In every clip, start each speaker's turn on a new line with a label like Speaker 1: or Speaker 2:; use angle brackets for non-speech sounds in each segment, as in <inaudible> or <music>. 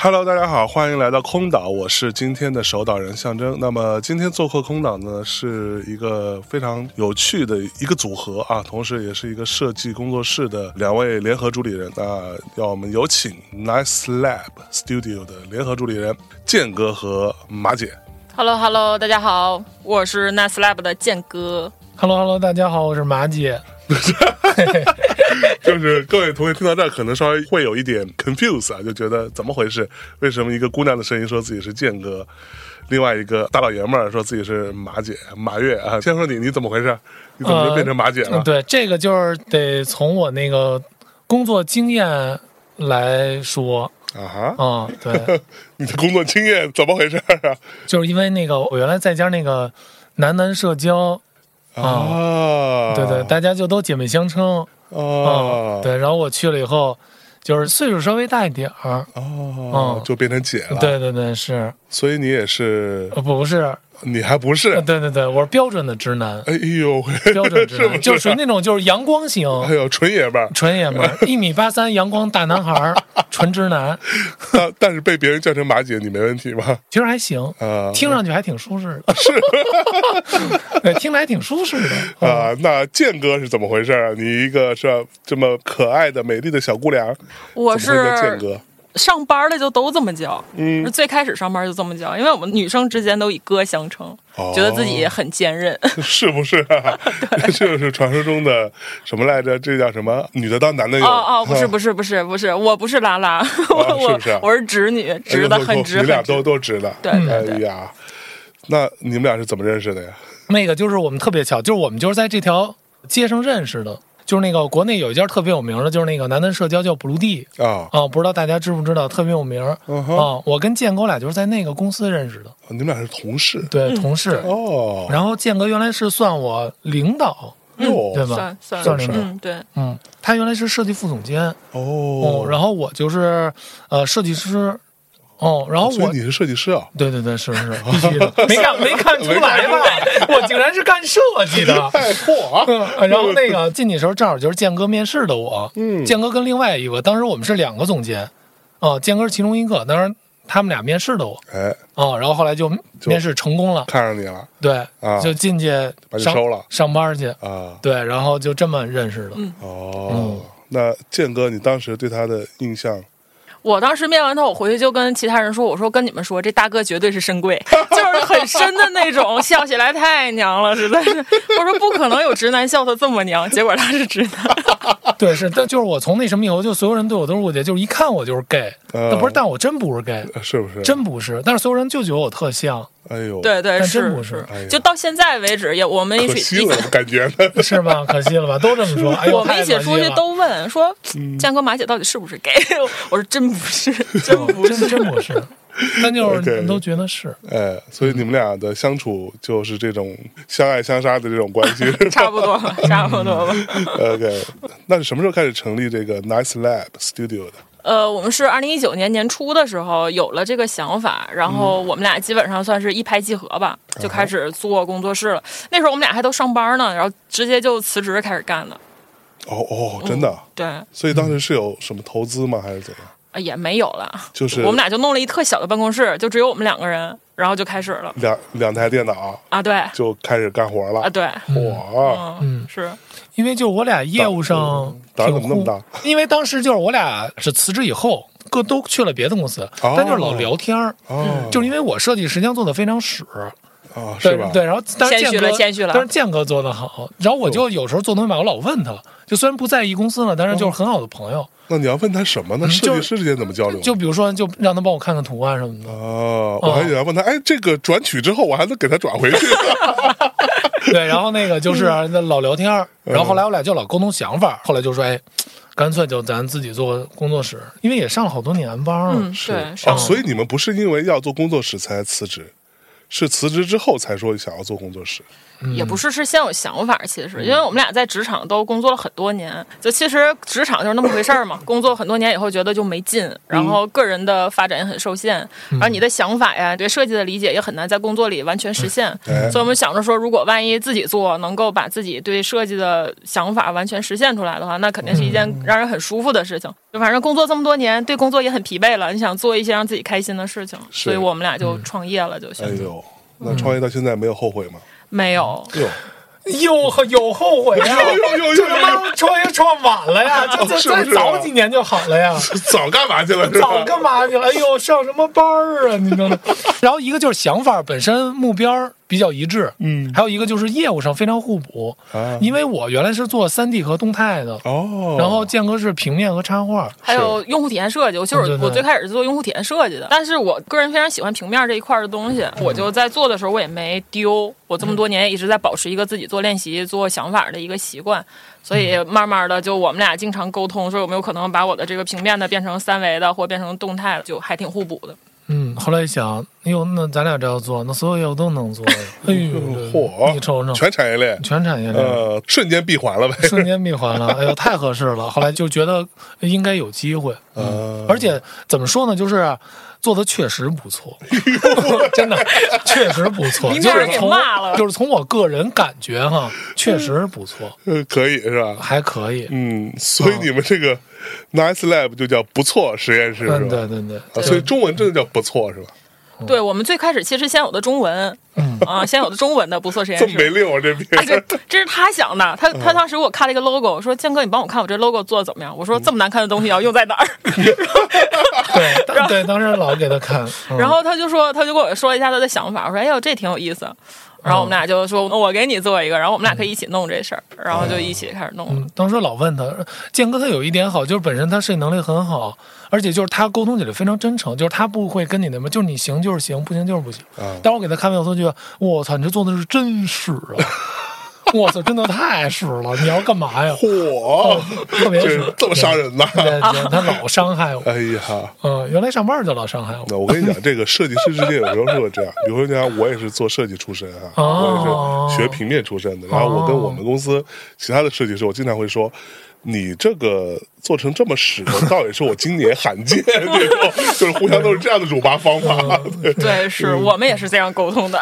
Speaker 1: Hello，大家好，欢迎来到空岛，我是今天的守岛人象征。那么今天做客空岛呢，是一个非常有趣的一个组合啊，同时也是一个设计工作室的两位联合主理人。那要我们有请 Nice Lab Studio 的联合主理人建哥和马姐。
Speaker 2: Hello Hello，大家好，我是 Nice Lab 的建哥。
Speaker 3: Hello Hello，大家好，我是马姐。
Speaker 1: 就是各位同学听到这儿，可能稍微会有一点 confuse 啊，就觉得怎么回事？为什么一个姑娘的声音说自己是健哥，另外一个大老爷们儿说自己是马姐马月啊？先说你，你怎么回事？你怎么就变成马姐了？
Speaker 3: 嗯对，这个就是得从我那个工作经验来说
Speaker 1: 啊哈，
Speaker 3: 啊、嗯
Speaker 1: <laughs>
Speaker 3: 对，
Speaker 1: 你的工作经验怎么回事啊？
Speaker 3: 就是因为那个我原来在家那个男男社交，
Speaker 1: 啊，
Speaker 3: 哦对对，大家就都姐妹相称，
Speaker 1: 哦
Speaker 3: 嗯，，对，然后我去了以后，就是岁数稍微大一点儿，
Speaker 1: 哦
Speaker 3: 嗯，
Speaker 1: 就变成姐了。，
Speaker 3: 对对对，是，
Speaker 1: 所以你也是，
Speaker 3: 呃，不是，
Speaker 1: 你还不
Speaker 3: 呃
Speaker 1: 是？
Speaker 3: 对对对，我是标准的直男，
Speaker 1: 哎呦喂， <laughs>
Speaker 3: 标准直
Speaker 1: 是不
Speaker 3: 男，
Speaker 1: 是
Speaker 3: 就属于那种就是阳光型。
Speaker 1: 哎呦，纯爷们儿，
Speaker 3: 纯爷们儿，一米八三，阳光大男孩儿，纯直男，
Speaker 1: 但但是被别人叫成马姐，你没问题吧？
Speaker 3: 其实还行，
Speaker 1: 啊，
Speaker 3: 听上去还挺舒适
Speaker 1: <laughs>
Speaker 3: 的， <laughs> 是，对，听着还挺舒适的。
Speaker 1: 啊，那健哥是怎么回事啊？你一个是这么可爱的、美丽的小姑娘，
Speaker 2: 我
Speaker 1: 怎么会叫健
Speaker 2: 是
Speaker 1: 哥？
Speaker 2: 上班了就都这么叫，
Speaker 1: 嗯，
Speaker 2: 最开始上班就这么叫，因为我们女生之间都以哥相称，
Speaker 1: 哦
Speaker 2: 觉得自己很坚韧。
Speaker 1: <laughs> 是不是
Speaker 2: <laughs>
Speaker 1: 啊？这就是传说中的什么来着？这叫什么？女的当男的
Speaker 2: 哦
Speaker 1: 用？
Speaker 2: 哦，不是
Speaker 1: 啊
Speaker 2: 不是不是不是，我不是拉拉，我
Speaker 1: 是
Speaker 2: 我
Speaker 1: 不是啊
Speaker 2: 我是直女，直的
Speaker 1: 哎呦
Speaker 2: 很
Speaker 1: 都
Speaker 2: 直
Speaker 1: 你俩
Speaker 2: 很直
Speaker 1: 都。都直的。
Speaker 2: 对对
Speaker 1: 哎
Speaker 2: 对
Speaker 1: 呀，那你们俩是怎么认识的呀？
Speaker 3: 那个就是我们特别巧，就是我们就是在这条街上认识的，就是那个国内有一家特别有名的，就是那个男男社交叫 Blue D
Speaker 1: 啊，
Speaker 3: 啊，不知道大家知不知道，特别有名儿
Speaker 1: 嗯哼，
Speaker 3: 啊。我跟建哥我俩就是在那个公司认识的，
Speaker 1: 你们俩是同事
Speaker 3: 对，同事。
Speaker 1: 哦？
Speaker 3: 然后建哥原来是算我领导，对
Speaker 1: 哟
Speaker 3: 吧
Speaker 2: 算？算
Speaker 3: 算领导，
Speaker 2: 嗯，对，
Speaker 3: 嗯，他原来是设计副总监，哦，
Speaker 1: 哦，
Speaker 3: 然后我就是呃设计师，哦，然后
Speaker 1: 所
Speaker 3: 我
Speaker 1: 以你是设计师啊？
Speaker 3: 对对对，
Speaker 1: <laughs>
Speaker 3: 是是是，必须的，没看没看出来吧？我竟然是干设
Speaker 1: <laughs>
Speaker 3: 计的。
Speaker 1: 太破啊！
Speaker 3: 嗯然后那个进去的时候，正好就是建哥面试的我，
Speaker 1: 嗯
Speaker 3: 建哥跟另外一个，当时我们是两个总监，哦、建哥是其中一个，当然他们俩面试的我，
Speaker 1: 哎，
Speaker 3: 哦、然后后来就
Speaker 1: 就
Speaker 3: 面试成功了，
Speaker 1: 看上你了
Speaker 3: 对，
Speaker 1: 啊
Speaker 3: 就进去
Speaker 1: 把你
Speaker 3: 上
Speaker 1: 收了
Speaker 3: 上班去，
Speaker 1: 啊？
Speaker 3: 对，然后就这么认识的，
Speaker 1: 哦，那建哥，你当时对他的印象？
Speaker 2: 我当时面完他，我回去就跟其他人说，我说跟你们说，这大哥绝对是深柜， <laughs> 就是很深的那种，笑起来太娘了，实在是。我说不可能有直男笑他这么娘，结果他是直男。
Speaker 3: <laughs> 对，是，但就是我从那什么以后，就所有人对我都是误解，就是一看我就是 gay，
Speaker 1: 呃
Speaker 3: 但不是，但我真不是 gay，
Speaker 1: 是不是？
Speaker 3: 真不是，但是所有人就觉得我特像，
Speaker 1: 哎呦，，
Speaker 2: 对对
Speaker 3: 但真
Speaker 2: 是
Speaker 3: 不是
Speaker 1: 哎呀
Speaker 2: 就到现在为止也我们一
Speaker 1: 可
Speaker 2: 起
Speaker 1: 惜
Speaker 2: 一
Speaker 1: 了
Speaker 2: 起，
Speaker 1: 我感觉呢。 <laughs>
Speaker 3: 是吧？可惜了吧，都这么说。哎呦、
Speaker 2: 我们一起
Speaker 3: 太可惜
Speaker 2: 出去
Speaker 3: 了嗯
Speaker 2: 都问说，建哥马姐到底是不是 gay？我说真不是， <laughs> 真不是。
Speaker 3: 真真不是，但就是
Speaker 1: OK
Speaker 3: 你都觉得是。
Speaker 1: 哎，所以你们俩的相处就是这种相爱相杀的这种关系。
Speaker 2: 差不多吧，差不多吧。
Speaker 1: OK，那是什么时候开始成立这个 Nice Lab Studio 的？
Speaker 2: 呃，我们是二零一九年年初的时候有了这个想法，然后我们俩基本上算是一拍即合吧，就开始做工作室了。那时候我们俩还都上班呢，然后直接就辞职开始干的。
Speaker 1: 哦哦，真的啊。
Speaker 2: 对，
Speaker 1: 所以当时是有什么投资吗？还是怎样？
Speaker 2: 呃也没有了，
Speaker 1: 就是
Speaker 2: 我们俩就弄了一特小的办公室，就只有我们两个人，然后就开始了
Speaker 1: 两两台电脑
Speaker 2: 啊，对啊，
Speaker 1: 就开始干活了。
Speaker 2: 对，
Speaker 1: 哇，
Speaker 2: 嗯，
Speaker 3: 嗯，
Speaker 2: 是
Speaker 3: 因为就我俩业务上
Speaker 1: 胆胆
Speaker 3: 挺
Speaker 1: 嗯怎么那么
Speaker 3: 互
Speaker 1: 大？
Speaker 3: 因为当时就是我俩是辞职以后，各都去了别的公司，但就是老聊天儿。
Speaker 1: 哦，
Speaker 3: 就是因为我设计实际上做的非常屎，
Speaker 1: 啊，
Speaker 3: 对
Speaker 1: 是吧？
Speaker 3: 对，然后但是
Speaker 2: 谦虚
Speaker 3: 建哥
Speaker 2: 了谦虚了
Speaker 3: 但是建哥做的好，然后我就有时候做东西吧，我老问他，就虽然不在一公司了，但是就是很好的朋友，
Speaker 1: 那你要问他什么呢？
Speaker 3: 嗯
Speaker 1: 设
Speaker 3: 就
Speaker 1: 计师之间怎么交流？
Speaker 3: 就比如说就让他帮我看看图啊案什么的，
Speaker 1: 哦，
Speaker 3: 嗯
Speaker 1: 我还以为问他，哎，这个转取之后我还能给他转
Speaker 3: <laughs>
Speaker 1: 回去。 <laughs>
Speaker 3: 对，然后那个就是
Speaker 1: 嗯
Speaker 3: 那老聊天儿，然后后来我俩就老沟通想法，后来就说，哎，干脆就咱自己做工作室，因为也上了好多年班儿了，
Speaker 2: 嗯，对，
Speaker 1: 哦，
Speaker 2: 上
Speaker 1: 所以你们不是因为要做工作室才辞职，是辞职之后才说想要做工作室。
Speaker 2: 也
Speaker 1: 嗯
Speaker 2: 不是是先有想法，其实因为我们俩在职场都工作了很多年，就其实职场就是那么回事
Speaker 1: <laughs>
Speaker 2: 儿嘛。工作很多年以后觉得就没劲，
Speaker 1: 嗯
Speaker 2: 然后个人的发展也很受限，然后你的想法呀，对设计的理解也很难在工作里完全实现。
Speaker 1: 哎
Speaker 2: 所以我们想着说，如果万一自己做，能够把自己对设计的想法完全实现出来的话，那肯定是一件
Speaker 1: 嗯
Speaker 2: 让人很舒服的事情。就反正工作这么多年，对工作也很疲惫了，你想做一些让自己开心的事情，
Speaker 1: 是
Speaker 2: 所以我们俩就创业了，就
Speaker 1: 哎
Speaker 2: 选择
Speaker 1: 呦，那创业到现在没有后悔吗？
Speaker 2: 没有。
Speaker 1: 哟，哎
Speaker 3: 有嗯有后悔
Speaker 1: <laughs>
Speaker 3: 呀、
Speaker 1: 呦呦呦
Speaker 3: 这他妈创业创晚
Speaker 1: <laughs>
Speaker 3: 了呀，这这
Speaker 1: 是不
Speaker 3: 再
Speaker 1: 是啊啊
Speaker 3: 早几年就好了呀。
Speaker 1: 早干嘛去了？是吧
Speaker 3: 早干嘛去了？哎呦，上什么班儿啊？你
Speaker 1: <laughs>
Speaker 3: 知道吗？然后一个就是想法本身目标儿比较一致，
Speaker 1: 嗯
Speaker 3: 还有一个就是业务上非常互补。
Speaker 1: 啊，
Speaker 3: 因为我原来是做三 D 和动态的，
Speaker 1: 哦，
Speaker 3: 然后建哥是平面和插画，
Speaker 2: 还有用户体验设计，我就是
Speaker 3: 对对
Speaker 2: 我最开始是做用户体验设计的，但是我个人非常喜欢平面这一块儿的东西，我就在做的时候我也没丢，我这么多年也一直在保持一个自己做练习、做想法的一个习惯，所以慢慢的就我们俩经常沟通，说有没有可能把我的这个平面的变成三维的或变成动态的，就还挺互补的。
Speaker 3: 嗯，后来一想，哎呦，那咱俩这要做，那所有业务都能做呀。
Speaker 2: <laughs>
Speaker 3: 哎呦，
Speaker 1: 嚯
Speaker 3: 你瞅瞅，
Speaker 1: 嗯全呃产业链，
Speaker 3: 全产业链。
Speaker 1: 呃，瞬间闭环了呗。
Speaker 3: <laughs> 瞬间闭环了，哎呦，太合适了。后来就觉得哎应该有机会，
Speaker 1: 呃
Speaker 3: 嗯而且怎么说呢，就是做的确实不错，
Speaker 1: <laughs>
Speaker 3: 真的确实不错。
Speaker 2: <laughs> 明
Speaker 3: 就
Speaker 2: 面儿
Speaker 3: 是
Speaker 2: 给
Speaker 3: 从
Speaker 2: 骂了嗯
Speaker 3: 就是从我个人感觉哈，确实不错，
Speaker 1: 呃，可以是吧？
Speaker 3: 还可以。
Speaker 1: 嗯，所以你们这个 Nice Lab 就叫不错实验室是吧
Speaker 3: 嗯，对？对对，
Speaker 1: 啊所以中文真的叫不错是吧？
Speaker 2: 对我们最开始其实先有的中文，啊，先有的中文的不错实验
Speaker 1: 这
Speaker 2: 室
Speaker 1: 么。没溜啊 <laughs> 这
Speaker 2: 哎，
Speaker 1: 边
Speaker 2: 这这是他想的。他他当时给我看了一个 logo，说建哥，你帮我看我这 logo 做的怎么样？我说这么难看的东西要用在哪儿？
Speaker 3: 对当对，当时老给他看，嗯
Speaker 2: 然后他就说，他就跟我说了一下他的想法，我说哎呦这挺有意
Speaker 3: 嗯
Speaker 2: 思。然后我们俩就说，那我给你做一个，然后我们俩可以一起弄这事儿，然后就一起开始弄了。
Speaker 3: 嗯，当时老问他，建哥他有一点好，就是本身他设计能力很好，而且就是他沟通起来非常真诚，就是他不会跟你那么，就是你行就是行，不行就是不行。
Speaker 1: 啊，
Speaker 3: 但我给他看完，我都觉得，我操，你这做的是真实
Speaker 1: <laughs>
Speaker 3: 啊！我操，真的太实了！你要干嘛呀？
Speaker 1: 嚯，
Speaker 3: 特别
Speaker 1: 这
Speaker 3: 实，
Speaker 1: 这么伤人呐！
Speaker 3: 对。对对他老伤
Speaker 1: <laughs>
Speaker 3: 害我。
Speaker 1: 哎呀，
Speaker 3: 嗯，原来上班就老伤害我。
Speaker 1: 那我跟你讲，这个设计师之间有时候是有这样，比如说，你看我也是做设计出身啊，
Speaker 3: 哦
Speaker 1: 我也是学平面出身的。然后我跟我们公司其他的设计师，我经常会说，你这个做成这么屎的，倒也是我今年罕见这种， <laughs> 就是互相都是这样的辱骂方法。 <laughs> 对
Speaker 2: 对，是
Speaker 3: 嗯
Speaker 2: 我们也是这样沟通
Speaker 3: <laughs>
Speaker 2: 的。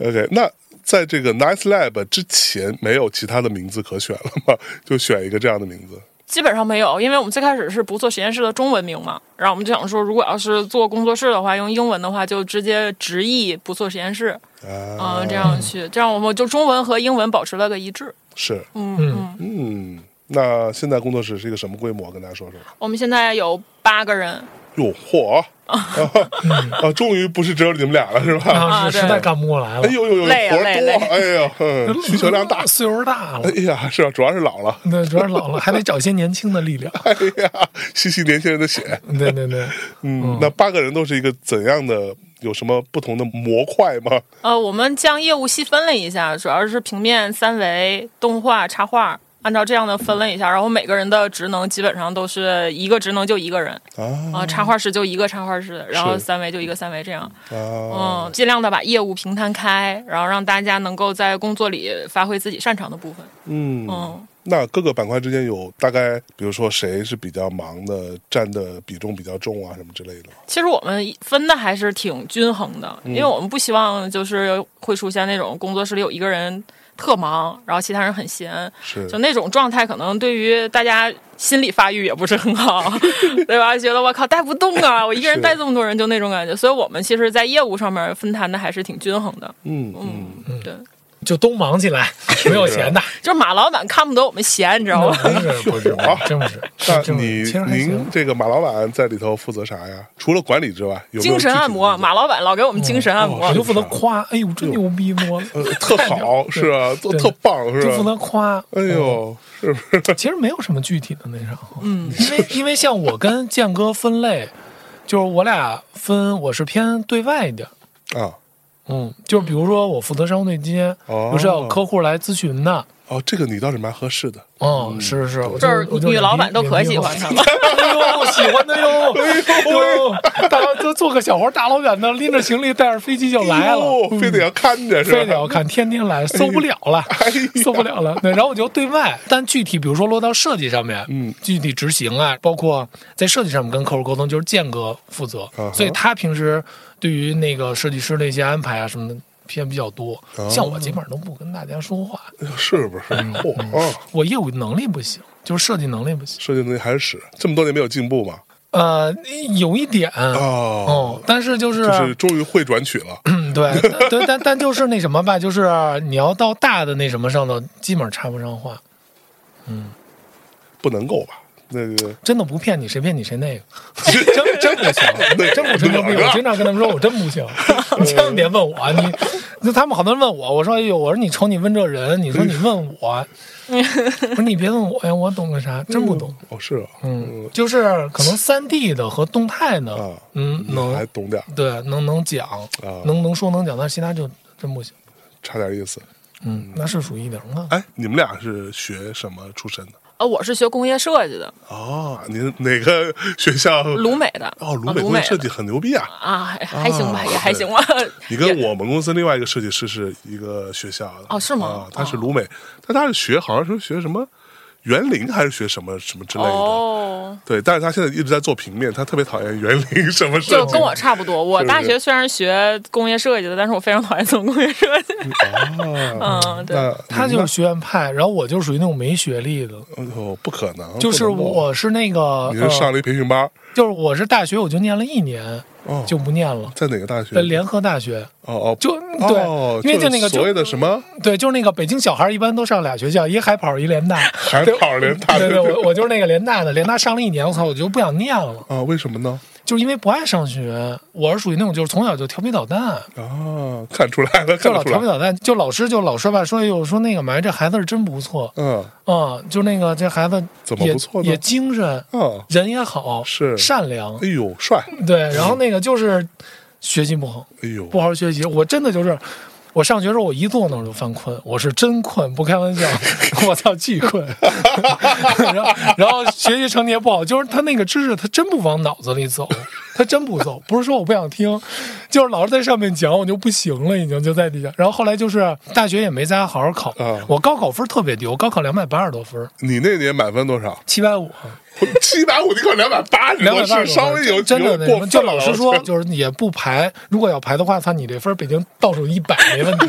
Speaker 1: ，OK，那在这个 Nice Lab 之前，没有其他的名字可选了吗？就选一个这样的名字。
Speaker 2: 基本上没有，因为我们最开始是不做实验室的中文名嘛，然后我们就想说，如果要是做工作室的话，用英文的话就直接直译不做实验室，
Speaker 1: 啊，
Speaker 2: 嗯，这样去，这样我们就中文和英文保持了个一致。
Speaker 1: 是，
Speaker 2: 嗯
Speaker 3: 嗯
Speaker 2: 嗯，
Speaker 1: 嗯，那现在工作室是一个什么规模？跟大家说说。
Speaker 2: 我们现在有八个人，
Speaker 1: 哟嚯啊！ <laughs> 啊，终于不是只有你们俩了，是吧？
Speaker 3: 啊，是
Speaker 2: 对
Speaker 3: 实在干不过来了
Speaker 1: 哎，呦呦呦，活
Speaker 2: 累啊
Speaker 1: 儿
Speaker 2: 累
Speaker 1: 多，哎呦，嗯需求量大。
Speaker 3: 岁数大了
Speaker 1: 哎，呀，是啊，主要是老了。 <laughs>
Speaker 3: 那主要是老了，还得找一些年轻的力量。
Speaker 1: 哎呀，吸吸年轻人的血。
Speaker 3: 对对对，
Speaker 1: 嗯，那八个人都是一个怎样的？有什么不同的模块吗？
Speaker 2: 呃，我们将业务细分了一下，主要是平面、三维、动画、插画，按照这样的分类一下，然后每个人的职能基本上都是一个职能就一个人，
Speaker 1: 啊
Speaker 2: 啊、插画师就一个插画师，然后
Speaker 1: 是
Speaker 2: 三维就一个三维这样，
Speaker 1: 啊，
Speaker 2: 嗯，尽量的把业务平摊开，然后让大家能够在工作里发挥自己擅长的部分，
Speaker 1: 嗯，
Speaker 2: 嗯。
Speaker 1: 那各个板块之间有大概，比如说谁是比较忙的，占的比重比较重啊，什么之类的吗。
Speaker 2: 其实我们分的还是挺均衡的，
Speaker 1: 嗯
Speaker 2: 因为我们不希望就是会出现那种工作室里有一个人特忙，然后其他人很闲，
Speaker 1: 是
Speaker 2: 就那种状态，可能对于大家心理发育也不是
Speaker 1: <laughs>
Speaker 2: 很好，对吧？觉得我靠带不动啊，我一个人
Speaker 1: 是
Speaker 2: 带这么多人，就那种感觉。所以我们其实，在业务上面分摊的还是挺均衡的，
Speaker 1: 嗯嗯，
Speaker 2: 嗯，对。
Speaker 3: 就都忙
Speaker 1: <laughs>
Speaker 3: 起来，没有钱的，
Speaker 2: 就是马老板看不得我们闲，你知道吗？
Speaker 1: 嗯
Speaker 3: 真是不是，真不是。
Speaker 1: 那
Speaker 3: 真不
Speaker 1: 你
Speaker 3: 是其实还
Speaker 1: 您
Speaker 3: 行
Speaker 1: 这个马老板在里头负责啥呀？除了管理之外，有没有
Speaker 2: 精神
Speaker 1: 具体
Speaker 2: 按摩，啊
Speaker 1: 的哦
Speaker 2: 马老板老给我们精神按摩
Speaker 3: 我，就负责夸，哎呦，真牛逼摸了，
Speaker 1: 呃特好是吧？特
Speaker 3: 对
Speaker 1: 特棒是
Speaker 3: 就负责
Speaker 1: 吧？
Speaker 3: 夸。
Speaker 1: 哎呦，是不是？
Speaker 3: 其实没有什么具体的那
Speaker 2: <laughs>
Speaker 3: 啥，嗯，因
Speaker 1: <laughs>
Speaker 3: 为因为像我跟建哥分类，就是我俩分，我是偏对外一点，
Speaker 1: 啊，
Speaker 3: 嗯，就是比如说我负责商务对接，
Speaker 1: 哦
Speaker 3: 有时候有客户来咨询的，
Speaker 1: 哦，这个你倒是蛮合适的。
Speaker 3: 嗯，是是，我
Speaker 2: 就是
Speaker 3: 我
Speaker 2: 女老板都可喜
Speaker 3: <laughs>
Speaker 2: 欢他了。
Speaker 3: 哎呦，我喜欢的哟！哎呦，大就做个小活大老远的，拎着行李带着飞机就来了，嗯
Speaker 1: 哎呦非得要看着是吧？
Speaker 3: <laughs> 非得要看，天天来，受不了
Speaker 1: <laughs>
Speaker 3: 了，
Speaker 1: 哎
Speaker 3: 受不了了。对，然后我就对外，但具体比如说落到设计上面，
Speaker 1: 嗯，
Speaker 3: 具体执行啊，包括在设计上面跟客户沟通，就是建哥负责
Speaker 1: 啊哈，
Speaker 3: 所以他平时对于那个设计师的一些安排啊什么的。偏比较多，
Speaker 1: 啊
Speaker 3: 像我基本上都不跟大家说话，
Speaker 1: 是不是？
Speaker 3: 嗯
Speaker 1: 嚯、啊，
Speaker 3: 我业务能力不行，就是设计能力不行。
Speaker 1: 设计能力还是屎，这么多年没有进步嘛？
Speaker 3: 呃，有一点，
Speaker 1: 哦，
Speaker 3: 哦，但是就是，
Speaker 2: 啊
Speaker 1: 就是终于会转曲了。
Speaker 3: 嗯， <clears throat> 对，对，但但就是那什么吧，就是你要到大的那什么上头，基本上插不上话，
Speaker 1: 不能够吧？那个
Speaker 3: 真的不骗你，谁骗你谁
Speaker 1: <laughs>
Speaker 3: 那个， <laughs> 真真不行，
Speaker 1: 那
Speaker 3: 真不吹牛逼，
Speaker 1: 啊
Speaker 3: 我经常跟他们说我真不
Speaker 1: <laughs>
Speaker 3: 行，你千万别问我，你，那他们好多人问我，我说哎呦，我说你瞅你问这人，你说你问
Speaker 1: <laughs>
Speaker 3: 我，不是你别问我呀，我懂个啥，真不懂，
Speaker 1: 哦是啊，
Speaker 3: 嗯，就是可能三 D 的和动态的
Speaker 1: 啊，
Speaker 3: 嗯，
Speaker 1: 你还啊
Speaker 3: 能
Speaker 1: 懂点儿，
Speaker 3: 对能能讲，能能说能讲，但是其他就真不行。
Speaker 1: 差点意思。
Speaker 3: 嗯，那是属于一点啊。
Speaker 1: 哎，你们俩是学什么出身的？
Speaker 2: 呃，我是学工业设计的，
Speaker 1: 哦，您哪个学校？
Speaker 2: 鲁美的。
Speaker 1: 哦，鲁
Speaker 2: 啊
Speaker 1: 美
Speaker 2: 鲁
Speaker 1: 工业
Speaker 2: 美
Speaker 1: 设
Speaker 2: 的
Speaker 1: 计很牛逼啊！
Speaker 2: 啊，还还行吧，
Speaker 1: 啊
Speaker 2: 也还行吧。 <laughs>
Speaker 1: 你跟
Speaker 2: 也
Speaker 1: 我们公司另外一个设计师是一个学校的
Speaker 2: 哦是吗
Speaker 1: 啊他是鲁美，但他是学好像是学什么园林还是学什么什么之类的。
Speaker 2: 哦，
Speaker 1: 对，但是他现在一直在做平面，他特别讨厌园林什么设
Speaker 2: 就
Speaker 1: 计。
Speaker 2: 跟我差不多。我
Speaker 1: 是不是
Speaker 2: 大学虽然学工业设计的，但是我非常讨厌做工业设计。
Speaker 1: 啊，
Speaker 2: 嗯，对，
Speaker 1: 那
Speaker 3: 他
Speaker 1: 您
Speaker 3: 就
Speaker 1: 呢
Speaker 3: 是学院派，然后我就属于那种没学历的，
Speaker 1: 哦，不可能，
Speaker 3: 就是
Speaker 1: 不能够，
Speaker 3: 我是那个，
Speaker 1: 你是上了一培训班，
Speaker 3: 呃就是我是大学我就念了一年，
Speaker 1: 哦，
Speaker 3: 就不念了，
Speaker 1: 在哪个大学
Speaker 3: 在？联合大学，
Speaker 1: 哦哦，
Speaker 3: 就
Speaker 1: 哦
Speaker 3: 对，因为就那个
Speaker 1: 是所谓
Speaker 3: 就
Speaker 1: 的什么，
Speaker 3: 对，就是那个北京小孩一般都上俩学校，一海跑一联大
Speaker 1: <laughs> 海跑联大，
Speaker 3: 对对，我我就是那个联大的，联大上了一年，我操，我就不想念了，
Speaker 1: 啊，为什么呢？
Speaker 3: 就是因为不爱上学，我是属于那种就是从小就调皮捣蛋，
Speaker 1: 啊，看出来了，
Speaker 3: 就
Speaker 1: 看
Speaker 3: 老
Speaker 1: 得出
Speaker 3: 调皮
Speaker 1: 来，
Speaker 3: 捣蛋，就老师就老说吧，说哎呦说那个嘛，这孩子是真不错，
Speaker 1: 嗯，
Speaker 3: 啊、就那个这孩子
Speaker 1: 怎么
Speaker 3: 也
Speaker 1: 不错呢
Speaker 3: 也精神，
Speaker 1: 啊，
Speaker 3: 人也好，
Speaker 1: 是
Speaker 3: 善良
Speaker 1: 哎，呦，帅，
Speaker 3: 对。然后那个就是学习不好，
Speaker 1: 哎呦，
Speaker 3: 不好好学习。我真的就是，我上学时候我一坐那儿就犯困，我是真困，不开玩笑， <laughs> 我操，巨困。 <laughs> 然后然后学习成绩也不好，就是他那个知识他真不往脑子里走，他真不走，不是说我不想听，就是老师在上面讲我就不行了，已经就在底下。然后后来就是大学也没在家好好考，
Speaker 1: 啊
Speaker 3: 我高考分特别低，我高考两百八十多分。
Speaker 1: 你那年满分多少？
Speaker 3: 七百五，
Speaker 1: 七百五，你考两百八十
Speaker 3: <laughs> 两百
Speaker 1: 多，
Speaker 3: 八
Speaker 1: 是
Speaker 3: 十
Speaker 1: 稍微有
Speaker 3: 真的
Speaker 1: 有
Speaker 3: 那
Speaker 1: 点
Speaker 3: 什
Speaker 1: 过
Speaker 3: 么，
Speaker 1: 分
Speaker 3: 就
Speaker 1: 了
Speaker 3: 老师说，就是也不排，如果要排的话，他你这分儿北京倒数一百没问题。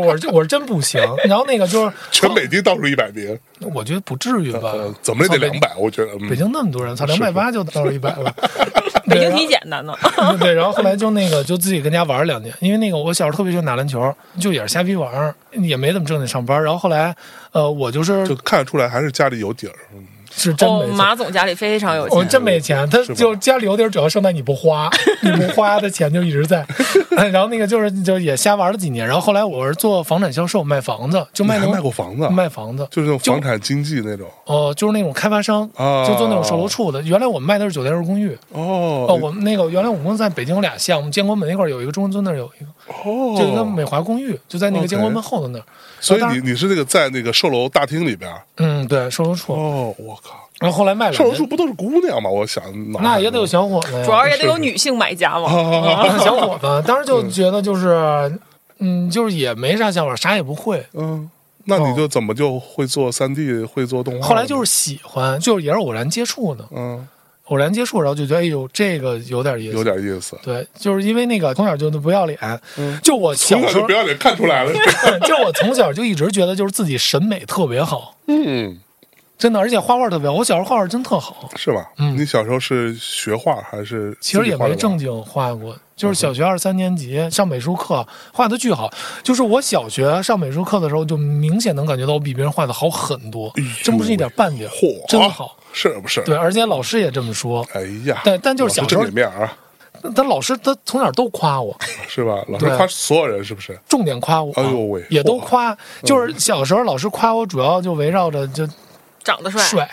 Speaker 3: 我是我是真不行。然后那个就是
Speaker 1: 全北京倒数一百名，
Speaker 3: 我觉得不至于吧
Speaker 1: 呃，，怎么也得
Speaker 3: 操北
Speaker 1: 两。百，我觉得，嗯
Speaker 3: 北京那么多人，操，两百八就倒数一百了。
Speaker 2: 北
Speaker 3: 对
Speaker 2: 京
Speaker 3: 然后
Speaker 2: 挺简单的。
Speaker 3: 对，然后后来就那个就自己跟家玩儿两年，因为那个我小时候特别喜欢打篮球，就也是瞎逼玩儿，也没怎么正经上班儿。然后后来，呃，我就是
Speaker 1: 就看得出来还是家里有底儿，嗯
Speaker 3: 是真
Speaker 2: 哦
Speaker 3: 没，哦钱。
Speaker 2: 马总家里非常有
Speaker 3: 我
Speaker 2: 钱。
Speaker 3: 真没钱，他
Speaker 1: 吧
Speaker 3: 就家里有点儿，主要剩在你不花，你不花的钱就一直在。
Speaker 1: <laughs>
Speaker 3: 哎然后那个就是就也瞎玩了几年，然后后来我是做房产销售，卖房子，就
Speaker 1: 你
Speaker 3: 卖
Speaker 1: 还
Speaker 3: 那
Speaker 1: 卖过
Speaker 3: 种
Speaker 1: 房子，啊
Speaker 3: 卖房子，
Speaker 1: 就是那种
Speaker 3: 就
Speaker 1: 房产经纪那种，
Speaker 3: 哦、就是那种开发商，
Speaker 1: 啊
Speaker 3: 就做那种售楼处的。原来我们卖的是酒店式公寓。
Speaker 1: 哦
Speaker 3: 哦，我们那个原来我们公司在北京有俩项目，建国门那块儿有一个，中关村那儿有一个，
Speaker 1: 哦，
Speaker 3: 就一个美华公寓，就在那
Speaker 1: OK
Speaker 3: 个建国门后头那儿。
Speaker 1: 所以
Speaker 3: 然后当
Speaker 1: 你
Speaker 3: 时
Speaker 1: 你是那个在那个售楼大厅里边儿，
Speaker 3: 嗯，对，售楼处。
Speaker 1: 哦，我靠，
Speaker 3: 然后后来卖了
Speaker 1: 售楼，处不都是姑娘吗？我想脑海
Speaker 3: 那也得有
Speaker 1: 中
Speaker 3: 小伙子呀，
Speaker 2: 主要也得有女性买家嘛。
Speaker 1: 啊，
Speaker 3: 啊，小伙子，当时就觉得就是，嗯，就是也没啥想法，啥也不会。
Speaker 1: 嗯，那你就怎么就会做三 D，会做动画？
Speaker 3: 哦后来就是，喜欢，就是也是偶然接触的，
Speaker 1: 嗯，
Speaker 3: 偶然接触，然后就觉得哎呦，这个有点意
Speaker 1: 有
Speaker 3: 思。
Speaker 1: 点意思。
Speaker 3: 对，就是因为那个从小就不要脸，就我小
Speaker 1: 嗯从小
Speaker 3: 时
Speaker 1: 就
Speaker 3: 候
Speaker 1: 不，要脸
Speaker 3: <laughs>
Speaker 1: 看出来了，
Speaker 3: 就我从小就一直觉得就是自己审美特别好，
Speaker 1: 嗯，
Speaker 3: 真的，而且画画特别好。我小时候画画真特好，
Speaker 1: 是吧？
Speaker 3: 嗯
Speaker 1: 你小时候是学画还是自己
Speaker 3: 其实也
Speaker 1: 画的
Speaker 3: 没
Speaker 1: 吗
Speaker 3: 正经画过，就是小学二三年级上美术课画的巨好。就是我小学上美术课的时候，就明显能感觉到我比别人画的好很多
Speaker 1: 哎呦，
Speaker 3: 真不是一点半点儿
Speaker 1: 嚯，啊
Speaker 3: 真好。
Speaker 1: 是不是？
Speaker 3: 对，，而且老师也这么说，
Speaker 1: 哎呀，
Speaker 3: 但但就是
Speaker 1: 老
Speaker 3: 小
Speaker 1: 师
Speaker 3: 时
Speaker 1: 真
Speaker 3: 候
Speaker 1: 给面儿啊，
Speaker 3: 他老师他从哪儿都夸我，
Speaker 1: 是吧？老师
Speaker 3: 对
Speaker 1: 夸所有人是不是？
Speaker 3: 重点夸我，啊
Speaker 1: 哎呦喂
Speaker 3: 也都
Speaker 1: 嚯嗯
Speaker 3: 夸。就是小时候老师夸我，主要就围绕着就
Speaker 2: 长得帅，
Speaker 3: 帅。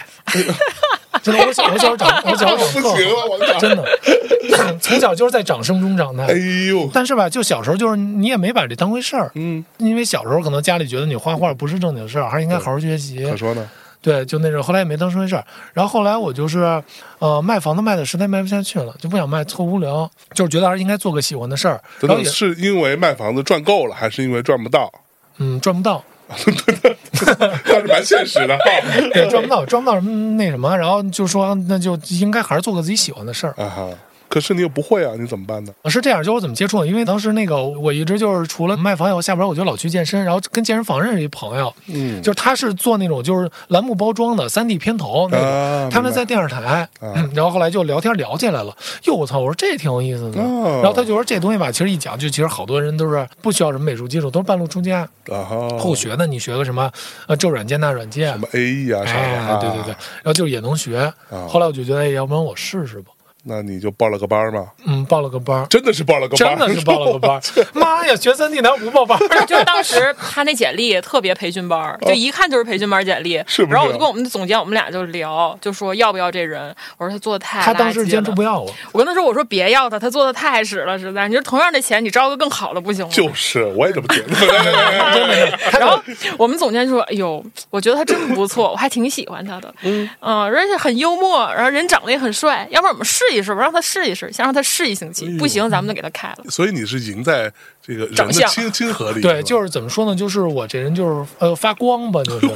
Speaker 3: 真的，我小我小时候长，我小时候长
Speaker 1: 不
Speaker 3: 特
Speaker 1: 行了，我
Speaker 3: 好，真的，从小就是在掌声中长大
Speaker 1: 哎。呦，
Speaker 3: 但是吧，就小时候就是你也没把这当回事儿，
Speaker 1: 嗯，
Speaker 3: 因为小时候可能家里觉得你画画不是正经事儿，还是应该好好学习
Speaker 1: 可。说呢，
Speaker 3: 对，就那种，后来也没当回事儿。然后后来我就是，呃，卖房子卖的实在卖不下去了，就不想卖，特无聊，就是觉得还是应该做个喜欢的事儿。
Speaker 1: 等
Speaker 3: 然
Speaker 1: 等，
Speaker 3: 后也
Speaker 1: 是因为卖房子赚够了，还是因为赚不到？
Speaker 3: <laughs> 嗯赚不到，
Speaker 1: 倒是蛮现实的哈。
Speaker 3: <laughs> 对，赚不到，嗯赚不到什么那什么，然后就说那就应该还是做个自己喜欢的事儿。
Speaker 1: 啊哈，可是你又不会啊，你怎么办呢？
Speaker 3: 是这样，就我怎么接触的？因为当时那个我一直就是除了卖房以后，下班我就老去健身，然后跟健身房认识一朋友，
Speaker 1: 嗯
Speaker 3: 就是他是做那种就是栏目包装的三 D 片头那种，
Speaker 1: 啊
Speaker 3: 他们
Speaker 1: 明白
Speaker 3: 在电视台、嗯然后后来就聊天聊起来了。哟，我操！我说这挺有意思的。
Speaker 1: 哦
Speaker 3: 然后他就说这东西吧，其实一讲就其实好多人都是不需要什么美术基础，都是半路出家，
Speaker 1: 啊哈，
Speaker 3: 后学的你学个什么呃这软件那软件
Speaker 1: 什，么 AE 啊啥的
Speaker 3: 哎
Speaker 1: 啊，，哦
Speaker 3: 对对对，，然后就也能学。后来我就觉得，哎，要不然我试试吧，
Speaker 1: 那你就报了个班儿吗？
Speaker 3: 嗯，报了个班儿。
Speaker 1: 真的是报了个班
Speaker 3: 真
Speaker 1: 儿，
Speaker 3: 的是报了个班
Speaker 1: <laughs>
Speaker 3: 儿，妈呀！学三 D 难不报班儿？啊
Speaker 2: 不是，就是当时他那简历也特别培训班儿，
Speaker 3: 哦
Speaker 2: 就一看就是培训班儿简历。
Speaker 1: 是不是
Speaker 2: 然后我就跟我们的总监，我们俩就聊，就说要不要这人。我说他做的太垃圾
Speaker 3: 他
Speaker 2: 了。
Speaker 3: 当时坚持
Speaker 1: <laughs>
Speaker 3: 不要我，
Speaker 2: 我跟他说，我说别要他，他做的太屎了，实在。你说同样的钱，你招个更好的不行吗？
Speaker 1: 就是，我也这么觉
Speaker 3: <laughs>
Speaker 1: 得。
Speaker 3: 真的。他
Speaker 2: 然后我们总监就说：“哎呦，我觉得他真不错，我还挺喜欢他的。嗯，而且很幽默，然后人长得也很帅。要不然我们试一试吧，让他试一试，先让他试一星
Speaker 3: 哎
Speaker 2: 期，不行咱们就给他开了。
Speaker 1: 所以你是赢在这个人
Speaker 2: 长
Speaker 1: 的
Speaker 2: 相
Speaker 1: 亲亲和力，
Speaker 3: 对，就是是怎么说呢？就是我这人就是呃发光
Speaker 1: <laughs>
Speaker 3: 吧，就是，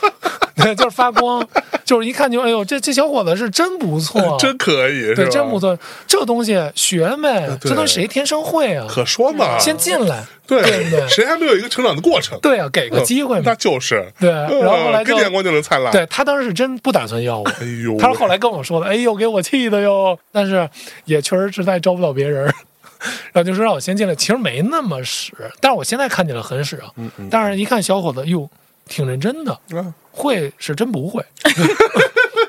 Speaker 3: <laughs> 对，就是发光，就是一看就哎呦，这这小伙子是真不错
Speaker 1: 吧， <laughs> 真可以，是
Speaker 3: 对，
Speaker 1: 吧啊
Speaker 3: 真不，错。这东西学呗，
Speaker 1: 对
Speaker 3: 这东西谁天生会啊？
Speaker 1: 可说嘛，
Speaker 3: 先进来，
Speaker 1: 对
Speaker 3: 对不对
Speaker 1: 谁还没有一个成长的过程？嗯
Speaker 3: 对啊，给个机会
Speaker 1: 呃那
Speaker 3: 嘛。
Speaker 1: 就是
Speaker 3: 对然后后来
Speaker 1: 嗯跟
Speaker 3: 就
Speaker 1: 眼光就能灿烂，
Speaker 3: 对他当时是真不打算要我，
Speaker 1: 哎呦，
Speaker 3: 他是后来跟我说的，哎呦，给我气的哟。但是也确实实在招不到别人儿， <laughs> 然后就说让我先进来，其实没那么屎，但是我现在看起来很屎啊。但是一看小伙子，哟，挺认真的，
Speaker 1: 嗯啊
Speaker 3: 会是真不会，
Speaker 1: <laughs>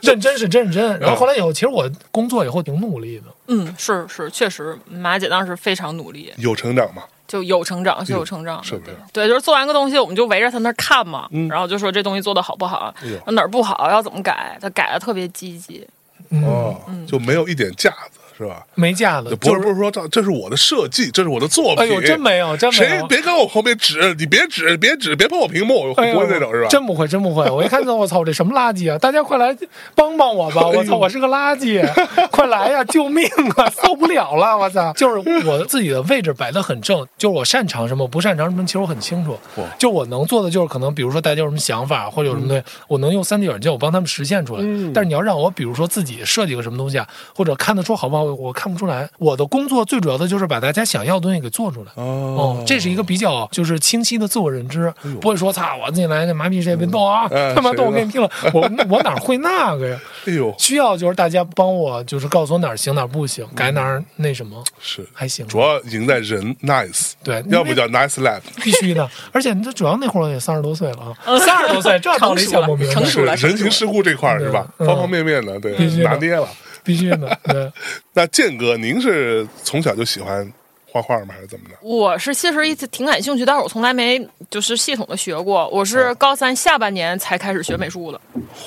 Speaker 3: 认真是真认
Speaker 1: 啊
Speaker 3: 真。然后后来以后，其实我工作以后挺努力的，”
Speaker 2: 嗯，是是，确实，马姐当时非常努力，
Speaker 1: 有成长嘛，
Speaker 2: 就有成长，就有成长，
Speaker 1: 嗯是不是？
Speaker 2: 对，就是做完个东西，我们就围着他那儿看嘛，然后就说这东西做的好不好
Speaker 1: 哎，呦
Speaker 2: 哪儿不好，要怎么改，他改的特别积极。
Speaker 3: 嗯，
Speaker 1: 哦，就没有一点架子，是吧？
Speaker 3: 没架子
Speaker 1: 就，不
Speaker 3: 就是
Speaker 1: 不是说这这是我的设计，这是我的作品，
Speaker 3: 哎呦，真没有，真没
Speaker 1: 谁
Speaker 3: 有。
Speaker 1: 别跟我后面指，你别指，别指，别碰我屏幕，我不
Speaker 3: 哎呦
Speaker 1: 会那种是吧？
Speaker 3: 真不会，真不会！我一看到我操，这什么垃圾啊！大家快来帮帮我
Speaker 1: 哎
Speaker 3: 吧！我操，我是个垃圾，快来呀、救命啊！受不了了，我操！就是我自己的位置摆得很正，就是我擅长什么，不擅长什么，其实我很清楚
Speaker 1: 哇。
Speaker 3: 就我能做的就是可能，比如说大家有什么想法或者有什么东西，
Speaker 1: 嗯
Speaker 3: 我能用三 D 软件我帮他们实现出来。但是你要让我，比如说自己设计个什么东西啊，或者看得出好不好，我我看不出来。我的工作最主要的就是把大家想要的东西给做出来。
Speaker 1: 哦
Speaker 3: 哦，这是一个比较就是清晰的自我认知，不会说操我进来那麻痹谁别动啊，
Speaker 1: 嗯
Speaker 3: <laughs> 他妈
Speaker 1: 谁
Speaker 3: 动我
Speaker 1: 知道
Speaker 3: 给你拼了，我我哪会那个呀？
Speaker 1: 哎呦，
Speaker 3: 需要就是大家帮我，就是告诉我哪儿行哪儿不行，改哪儿那什么
Speaker 1: 是
Speaker 3: 还行，
Speaker 1: 主要赢在人 nice，
Speaker 3: 对
Speaker 1: 要不
Speaker 3: 因为
Speaker 1: 叫 nice lab，
Speaker 3: 必须的。 <laughs> 而且这主要那会儿也三十多岁了
Speaker 2: 哦
Speaker 3: 啊，三十多岁这道理想不明白
Speaker 2: 成，熟
Speaker 1: 是
Speaker 2: 了
Speaker 1: 人情世故这块儿是吧？
Speaker 3: 嗯
Speaker 1: 方方面面的，对
Speaker 3: 必须，的
Speaker 1: 拿捏了。
Speaker 3: 必须的。对，
Speaker 1: 那建哥，您是从小就喜欢画画吗？还是怎么的？
Speaker 2: 我是其实一直挺感兴趣，但是我从来没就是系统的学过。我是
Speaker 1: 嗯
Speaker 2: 高三下半年才开始学美术的，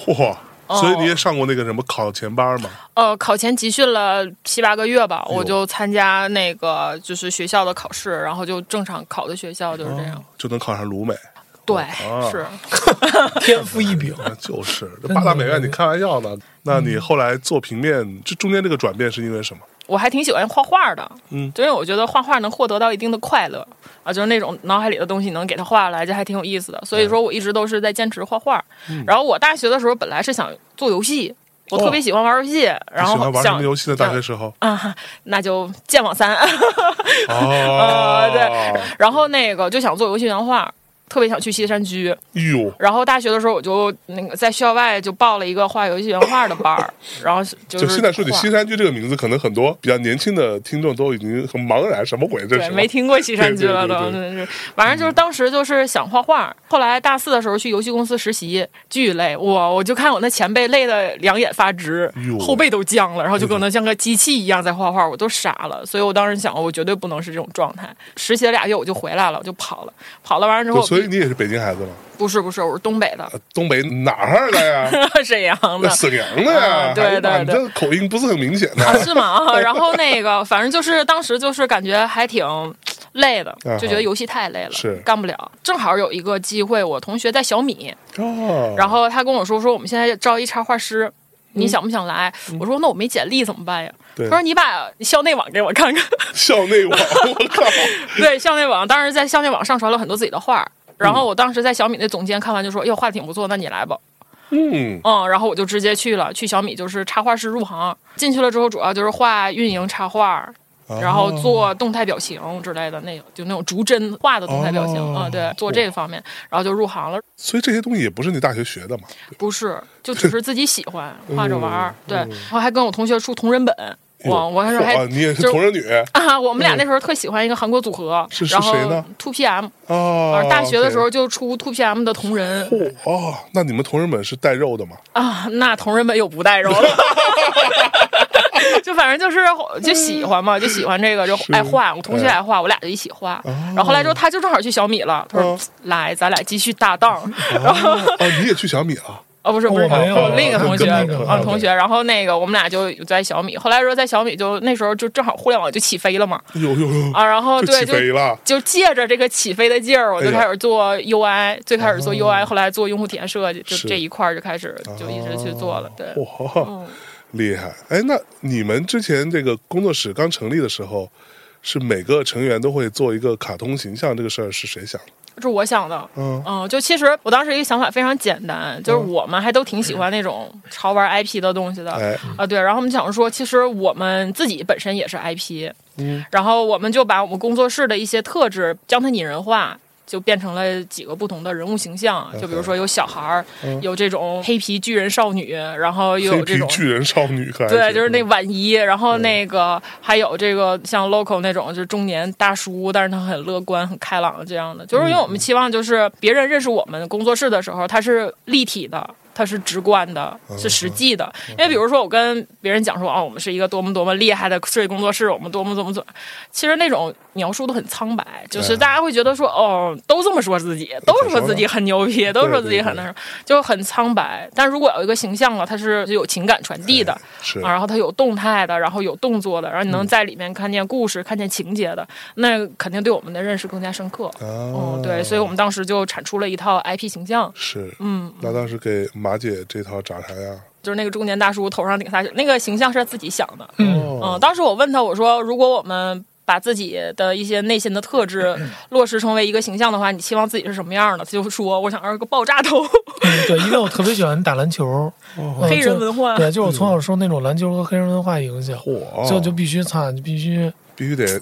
Speaker 1: 嚯！所以你也上过那个什么考前班吗？
Speaker 2: 呃，考前集训了七八个月吧，
Speaker 1: 哎呦
Speaker 2: 我就参加那个就是学校的考试，然后就正常考的学校，就是这样。
Speaker 1: 就能考上鲁美，
Speaker 2: 对，
Speaker 1: 哦
Speaker 2: 是
Speaker 3: 天赋异禀。
Speaker 1: 那就是这八大美院，你开玩笑呢？那你后来做平面，这中间这个转变是因为什么？
Speaker 2: 我还挺喜欢画画的，
Speaker 1: 嗯
Speaker 2: 就因为我觉得画画能获得到一定的快乐啊，就是那种脑海里的东西能给它画下来，这还挺有意
Speaker 1: 嗯
Speaker 2: 思的。所以说我一直都是在坚持画画。然后我大学的时候本来是想做游戏，我特别喜欢玩游戏，然
Speaker 1: 哦喜欢
Speaker 2: 后
Speaker 1: 玩什
Speaker 2: 想
Speaker 1: 么游戏呢？大学时候
Speaker 2: 啊，那就剑网三。 <laughs>
Speaker 1: 哦，
Speaker 2: 哎对然后那个就想做游戏原画，特别想去西山居。
Speaker 1: 哎呦，
Speaker 2: 然后大学的时候，我就那个在校外就报了一个画游戏原画的班儿，然后就
Speaker 1: 就是现在说起
Speaker 2: 画
Speaker 1: 西山居这个名字，可能很多比较年轻的听众都已经很茫然，什么鬼这
Speaker 2: 对，
Speaker 1: 是？
Speaker 2: 没听过西山居了都，嗯
Speaker 1: 对对
Speaker 2: 真的是。反正就是当时就是想画画，后来大四的时候去游戏公司实习，巨累，我我就看我那前辈累得两眼发直
Speaker 1: 哎呦，
Speaker 2: 后背都僵了，然后就可能像个机器一样在画画，我都傻了。所以我当时想，我绝对不能是这种状态。实习了俩月我就回来了，我就跑了，跑了完了之后，
Speaker 1: 所以你也是北京孩子吗？
Speaker 2: 不是不是，我是东北的， <laughs>
Speaker 1: 东北哪儿的呀？
Speaker 2: 沈阳的。
Speaker 1: 沈阳的呀？
Speaker 2: 啊对
Speaker 1: 哎呀妈
Speaker 2: 对对
Speaker 1: 你这口音不是很明显的。
Speaker 2: 啊， <laughs> 是吗？啊，然后那个，反正就是当时就是感觉还挺累的
Speaker 1: 啊哈，
Speaker 2: 就觉得游戏太累了，
Speaker 1: 是
Speaker 2: 干不了。正好有一个机会，我同学在小米，
Speaker 1: 哦，
Speaker 2: 然后他跟我说说我们现在招一插画师。你想不想来？我说那我没简历怎么办呀？
Speaker 1: 嗯对
Speaker 2: 他说你把校内网给我看看。 <laughs>
Speaker 1: 校内网，我靠，
Speaker 2: 对，校内网当时在校内网上传了很多自己的画儿，然后我当时在小米那总监看完就说：“哟，画得挺不错，那你来吧。”
Speaker 1: 嗯，
Speaker 2: 嗯，然后我就直接去了，去小米就是插画师入行。进去了之后，主要就是画运营插画，
Speaker 1: 哦
Speaker 2: 然后做动态表情之类的那种，就那种逐帧画的动态表情
Speaker 1: 哦
Speaker 2: 啊、嗯对，做这个方面，然后就入行了。
Speaker 1: 所以这些东西也不是你大学学的嘛。
Speaker 2: 不是，就只是自己喜欢画着玩儿，对，
Speaker 1: 嗯
Speaker 2: 然后还跟我同学出同人本。
Speaker 1: 呦
Speaker 2: 我我那时候还
Speaker 1: 哇，你也是
Speaker 2: 就
Speaker 1: 同人女
Speaker 2: 啊，我们俩那时候特喜欢一个韩国组合，
Speaker 1: 是是
Speaker 2: 然后
Speaker 1: 谁呢
Speaker 2: Two PM，
Speaker 1: 哦
Speaker 2: 啊，大学的时候就出 Two PM 的同人
Speaker 1: 对。哦哦，那你们同人本是带肉的
Speaker 2: <laughs>
Speaker 1: 吗？
Speaker 2: 啊，那同人本有不带肉的， <laughs> 就反正就是就喜
Speaker 1: 嗯
Speaker 2: 欢嘛，就喜欢这个，就是爱画。我同学爱画，我俩就一起画。然后后来之后，他就正好去小米了，他说
Speaker 1: 哦：“
Speaker 2: 来，咱俩继续搭档。”
Speaker 1: 哦，哦你也去小米啊？
Speaker 2: 哦，不是不是，
Speaker 3: 我没有
Speaker 2: 我另一个同学，
Speaker 3: 跟那个
Speaker 2: 啊同学，然后那个我们俩就在小米，后来说在小米就那时候就正好互联网就起飞了嘛，
Speaker 1: 有有有
Speaker 2: 啊，然后
Speaker 1: 就
Speaker 2: 对
Speaker 1: 起
Speaker 2: 就
Speaker 1: 飞了。
Speaker 2: 就借着这个起飞的劲儿，我就
Speaker 1: 哎呀哦
Speaker 2: 开始做 UI，最开始做 UI，后来做用户体验设计，就是这一块儿就开始就一直去做了，对。
Speaker 1: 哇，厉害！哎，那你们之前这个工作室刚成立的时候，是每个成员都会做一个卡通形象，这个事儿是谁想的？
Speaker 2: 这是我想的，
Speaker 1: 嗯
Speaker 2: 就其实我当时一个想法非常简单，就是我们还都挺喜欢那种潮玩 IP 的东西的，
Speaker 1: 哎，
Speaker 2: 啊，对，然后我们想说，其实我们自己本身也是 IP，
Speaker 1: 嗯，
Speaker 2: 然后我们就把我们工作室的一些特质将它拟人化。就变成了几个不同的人物形象，就比如说有小孩儿，有这种黑皮巨人少女，然后
Speaker 1: 嗯
Speaker 2: 又
Speaker 1: 黑
Speaker 2: 有这
Speaker 1: 皮
Speaker 2: 种
Speaker 1: 巨人少女可爱
Speaker 2: 对，就是那晚一，然后那个还有这个像 local 那种，就是中年大叔，但是他很乐观、很开朗的这样的，就是因为我
Speaker 1: 嗯
Speaker 2: 们期望就是别人认识我们工作室的时候，他是立体的。它是直观的，
Speaker 1: 嗯
Speaker 2: 是实际的。因为比如说，我跟别人讲说，哦，我们是一个多么多么厉害的设计工作室，我们多么多么怎么，其实那种描述的很苍白，就是大家会觉得说，哦，都这么说自己，都说自己很牛逼，都说自己很那什么，就很苍白。但如果有一个形象了，它是有情感传递的，
Speaker 1: 是
Speaker 2: 啊，然后它有动态的，然后有动作的，然后你能在里面看见故事、看见情节的，那肯定对我们的认识更加深刻。
Speaker 1: 哦
Speaker 2: 嗯，对，所以我们当时就产出了一套 IP 形象，
Speaker 1: 是嗯，那当时给马姐这套啊长啥样？
Speaker 2: 就是那个中年大叔头上顶仨，那个形象是他自己想的。
Speaker 1: 哦，
Speaker 2: 嗯，当时我问他，我说如果我们把自己的一些内心的特质落实成为一个形象的话，你期望自己是什么样的？他就说我想要一个爆炸头，
Speaker 3: 嗯对，因为我特别喜欢打篮球，嗯
Speaker 2: 黑人
Speaker 3: 就
Speaker 2: 文化
Speaker 3: 对，就是我从小受那种篮球和黑人文化影响，
Speaker 1: 嚯
Speaker 3: 所以我就必须擦，你必 <laughs> 须
Speaker 1: 必须得，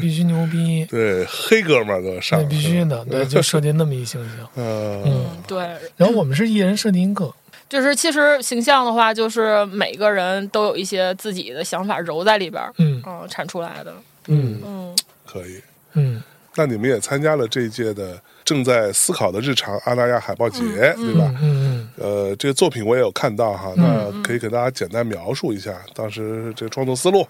Speaker 3: 必须牛逼
Speaker 1: 对黑哥们儿都上
Speaker 3: 那
Speaker 1: 了，
Speaker 3: 必须的，对，就设计那么一形 <laughs> 象。
Speaker 1: 嗯，
Speaker 2: 嗯，对，
Speaker 3: 然后我们是一人设定一个，
Speaker 2: 就是其实形象的话，就是每个人都有一些自己的想法揉在里边儿，
Speaker 3: 嗯
Speaker 2: 嗯，产出来的，
Speaker 3: 嗯
Speaker 2: 嗯，
Speaker 1: 可以。
Speaker 3: 嗯，
Speaker 1: 那你们也参加了这一届的正在思考的日常阿那亚海报节，对吧？
Speaker 3: 嗯嗯
Speaker 1: 呃，这个作品我也有看到哈，那可以给大家简单描述一下当时这个创作思路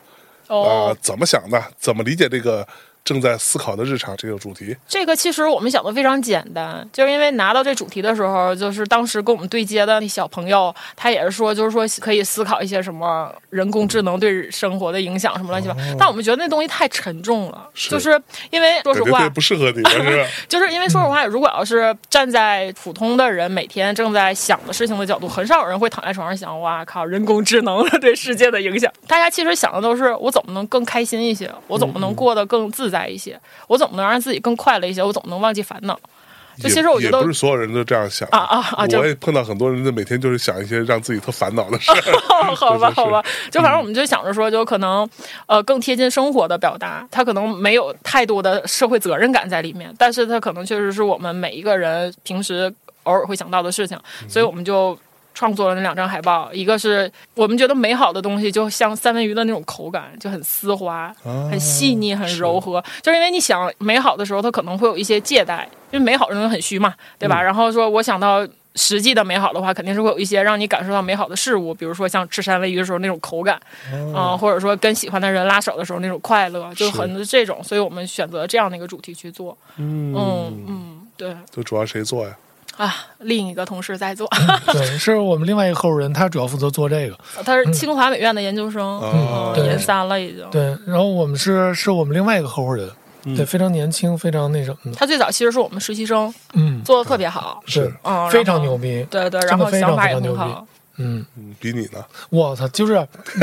Speaker 1: 啊、
Speaker 2: 哦，
Speaker 1: 怎么想的，怎么理解这个正在思考的日常这个主题？
Speaker 2: 这个其实我们想的非常简单，就是因为拿到这主题的时候，就是当时跟我们对接的那小朋友，他也是说，就是说可以思考一些什么人工智能对生活的影响什么乱七八，糟。但我们觉得那东西太沉重了，
Speaker 1: 哦是
Speaker 2: 就是因为说实
Speaker 1: 感觉
Speaker 2: 话
Speaker 1: 这，不适合你，是
Speaker 3: <laughs>
Speaker 1: 吧？
Speaker 2: 就是因为说实话，如果要是站在普通的人每天正在想的事情的角度，很少有人会躺在床上想，哇靠，人工智能对世界的影响。大家其实想的都是，我怎么能更开心一些，我怎么能过得更自在一些，我怎么能让自己更快乐一些，我怎么能忘记烦恼。就其实我觉得
Speaker 1: 也不是所有人都这样想
Speaker 2: 啊啊啊就
Speaker 1: 我也碰到很多人，就每天就是想一些让自己特烦恼的事儿。
Speaker 2: <laughs> 好吧，
Speaker 1: 是是
Speaker 2: 好吧，就反正我们就想着说，就可能呃更贴近生活的表达，它可能没有太多的社会责任感在里面，但是它可能确实是我们每一个人平时偶尔会想到的事情，所以我们就。创作了那两张海报，一个是我们觉得美好的东西，就像三文鱼的那种口感，就很丝滑、
Speaker 3: 嗯
Speaker 1: <laughs> 啊
Speaker 2: 很细腻、很柔和。就是因为你想美好的时候，它可能会有一些借贷，因为美好的东西很虚嘛，对
Speaker 3: 嗯
Speaker 2: 吧？然后说我想到实际的美好的话，肯定是会有一些让你感受到美好的事物，比如说像吃山喂鱼的时候那种口感，
Speaker 3: 哦
Speaker 2: 嗯、或者说跟喜欢的人拉手的时候那种快乐，就是很多这种。所以我们选择这样的一个主题去做。嗯嗯对
Speaker 1: 就主要谁做呀？
Speaker 2: 啊，另一个同事在做， <laughs>
Speaker 3: 对，是我们另外一个合伙人，他主要负责做这个。
Speaker 2: 他是清华美院的研究生，
Speaker 1: 啊
Speaker 2: 嗯，
Speaker 3: 对
Speaker 2: 研三了已经。
Speaker 3: 哦对，然后我们是是我们另外一个合伙人，对，非常年轻，非常那什么的，
Speaker 2: 他最早其实是我们实习生，
Speaker 3: 嗯，
Speaker 2: 做的特别好，
Speaker 1: 是
Speaker 2: 嗯，然后
Speaker 3: 非常牛。逼，
Speaker 2: 对对，
Speaker 3: 真的
Speaker 2: 然后
Speaker 3: 非常
Speaker 2: 想法也很
Speaker 3: 非常牛逼
Speaker 2: 好。
Speaker 3: 嗯，
Speaker 1: 嗯比你呢？
Speaker 3: 我操，就是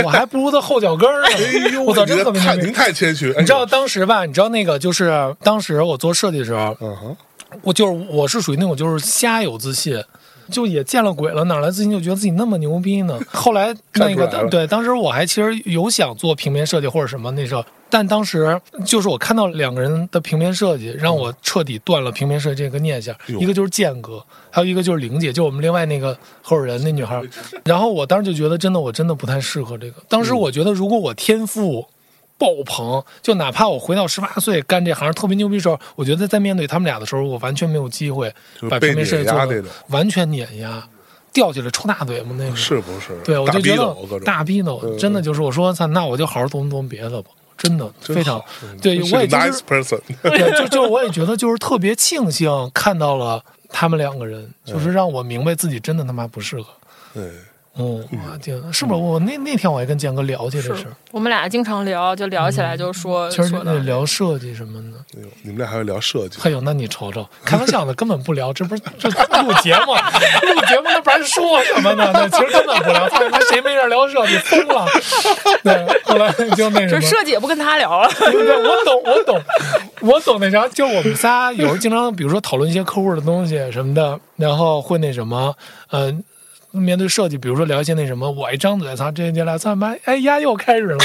Speaker 3: 我还不如他后脚跟 <laughs> 儿呢，我操，
Speaker 1: 您
Speaker 3: 真特别
Speaker 1: 太
Speaker 3: 牛
Speaker 1: 您
Speaker 3: 逼。
Speaker 1: 太谦虚，哎呦
Speaker 3: 你知道当时吧？你知道那个就是当时我做设计的时候，
Speaker 1: 嗯哼，
Speaker 3: 我就是我是属于那种就是瞎有自信，就也见了鬼了，哪来自信就觉得自己那么牛逼呢？后来
Speaker 1: 看
Speaker 3: 那
Speaker 1: 出
Speaker 3: 个
Speaker 1: 来了
Speaker 3: 对，当时我还其实有想做平面设计或者什么那时候，但当时就是我看到两个人的平面设计，让我彻底断了平面设计这个念想。
Speaker 1: 呦
Speaker 3: 一个就是建哥，还有一个就是玲姐，就我们另外那个合伙人那女孩。然后我当时就觉得，真的我真的不太适合这个。当
Speaker 1: 嗯
Speaker 3: 时我觉得，如果我天赋爆棚，就哪怕我回到十八岁干这行特别牛逼的时候，我觉得在面对他们俩的时候，我完全没有机会
Speaker 1: 就是
Speaker 3: 把
Speaker 1: 被
Speaker 3: 平面设计做
Speaker 1: 碾压
Speaker 3: 得
Speaker 1: 那种
Speaker 3: 完全碾压，吊起来抽大嘴嘛那种。
Speaker 1: 是不是？
Speaker 3: 对，我
Speaker 1: 大
Speaker 3: 就觉
Speaker 1: 逼斗各种
Speaker 3: 得
Speaker 1: 嗯
Speaker 3: 大逼斗，真的就是我说，操，那我就好好琢磨琢磨别的吧，真的
Speaker 1: 真
Speaker 3: 非常
Speaker 1: 好，嗯
Speaker 3: 对
Speaker 1: 真是
Speaker 3: 我也
Speaker 1: 个
Speaker 3: 就
Speaker 1: nice
Speaker 3: 是
Speaker 1: person，<laughs>
Speaker 3: <laughs> 对，就就我也觉得就是特别庆幸看到了他们两个人，
Speaker 1: 嗯
Speaker 3: 就是让我明白自己真的他妈不适合。
Speaker 1: 对，
Speaker 3: 嗯，我天哪，是不是我那那天我还跟建哥聊起这事
Speaker 2: 是
Speaker 3: 儿，
Speaker 2: 我们俩经常聊，就聊起来就说
Speaker 3: 其嗯实
Speaker 2: 说
Speaker 3: 那
Speaker 2: 的。
Speaker 3: 聊设计什么的。
Speaker 1: 哎呦，你们俩还会聊设计？
Speaker 3: 哎呦，那你瞅瞅，开玩笑呢，根本不聊，这不是这录节目，录节目那不然说什么呢？那其实根本不聊，他他妈谁没事聊设计疯了？对，后来就那什
Speaker 2: 这
Speaker 3: 么。
Speaker 2: 设计也不跟他聊了，
Speaker 3: <laughs> 对对，我懂，我懂，我懂那啥，就是我们仨有时候经常，比如说讨论一些客户的东西什么的，然后会那什么，呃，面对设计，比如说聊一些那什么，我一张嘴，操，这这俩操妈，哎呀，又开始了，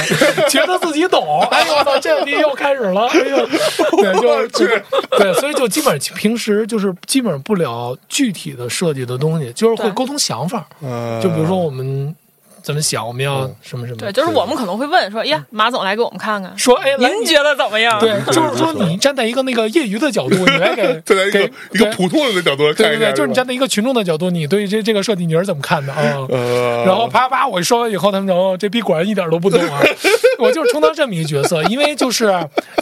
Speaker 3: 觉得自己懂，哎呦我操，这逼又开始了，哎呦，对，就是就是对，所以就基本上平时就是基本上不聊具体的设计的东西，就是会
Speaker 2: 对
Speaker 3: 沟通想法，
Speaker 1: 嗯，
Speaker 3: 就比如说我们怎么想，我们要什么什么，
Speaker 2: 对，就是我们可能会问说，哎呀，马总来给我们看看，
Speaker 3: 说哎，来
Speaker 2: 您觉得怎么样？
Speaker 3: 对，
Speaker 1: 对
Speaker 3: 就是说
Speaker 1: 没错
Speaker 3: 你站在一个那个业余的角度，你来给
Speaker 1: 呃站在一个
Speaker 3: 给
Speaker 1: 一个
Speaker 3: 对
Speaker 1: 普通人的角度来
Speaker 3: 对
Speaker 1: 看
Speaker 3: 对
Speaker 1: 一下，
Speaker 3: 对，就是你
Speaker 1: 吧
Speaker 3: 站在一个群众的角度，你对这这个设计你是怎么看 <laughs> 的啊？
Speaker 1: 呃，
Speaker 3: 然后啪啪，我一说完以后，他们说哦这逼果然一点都不懂 <laughs> 啊！我就是充当这么一角色，因为就是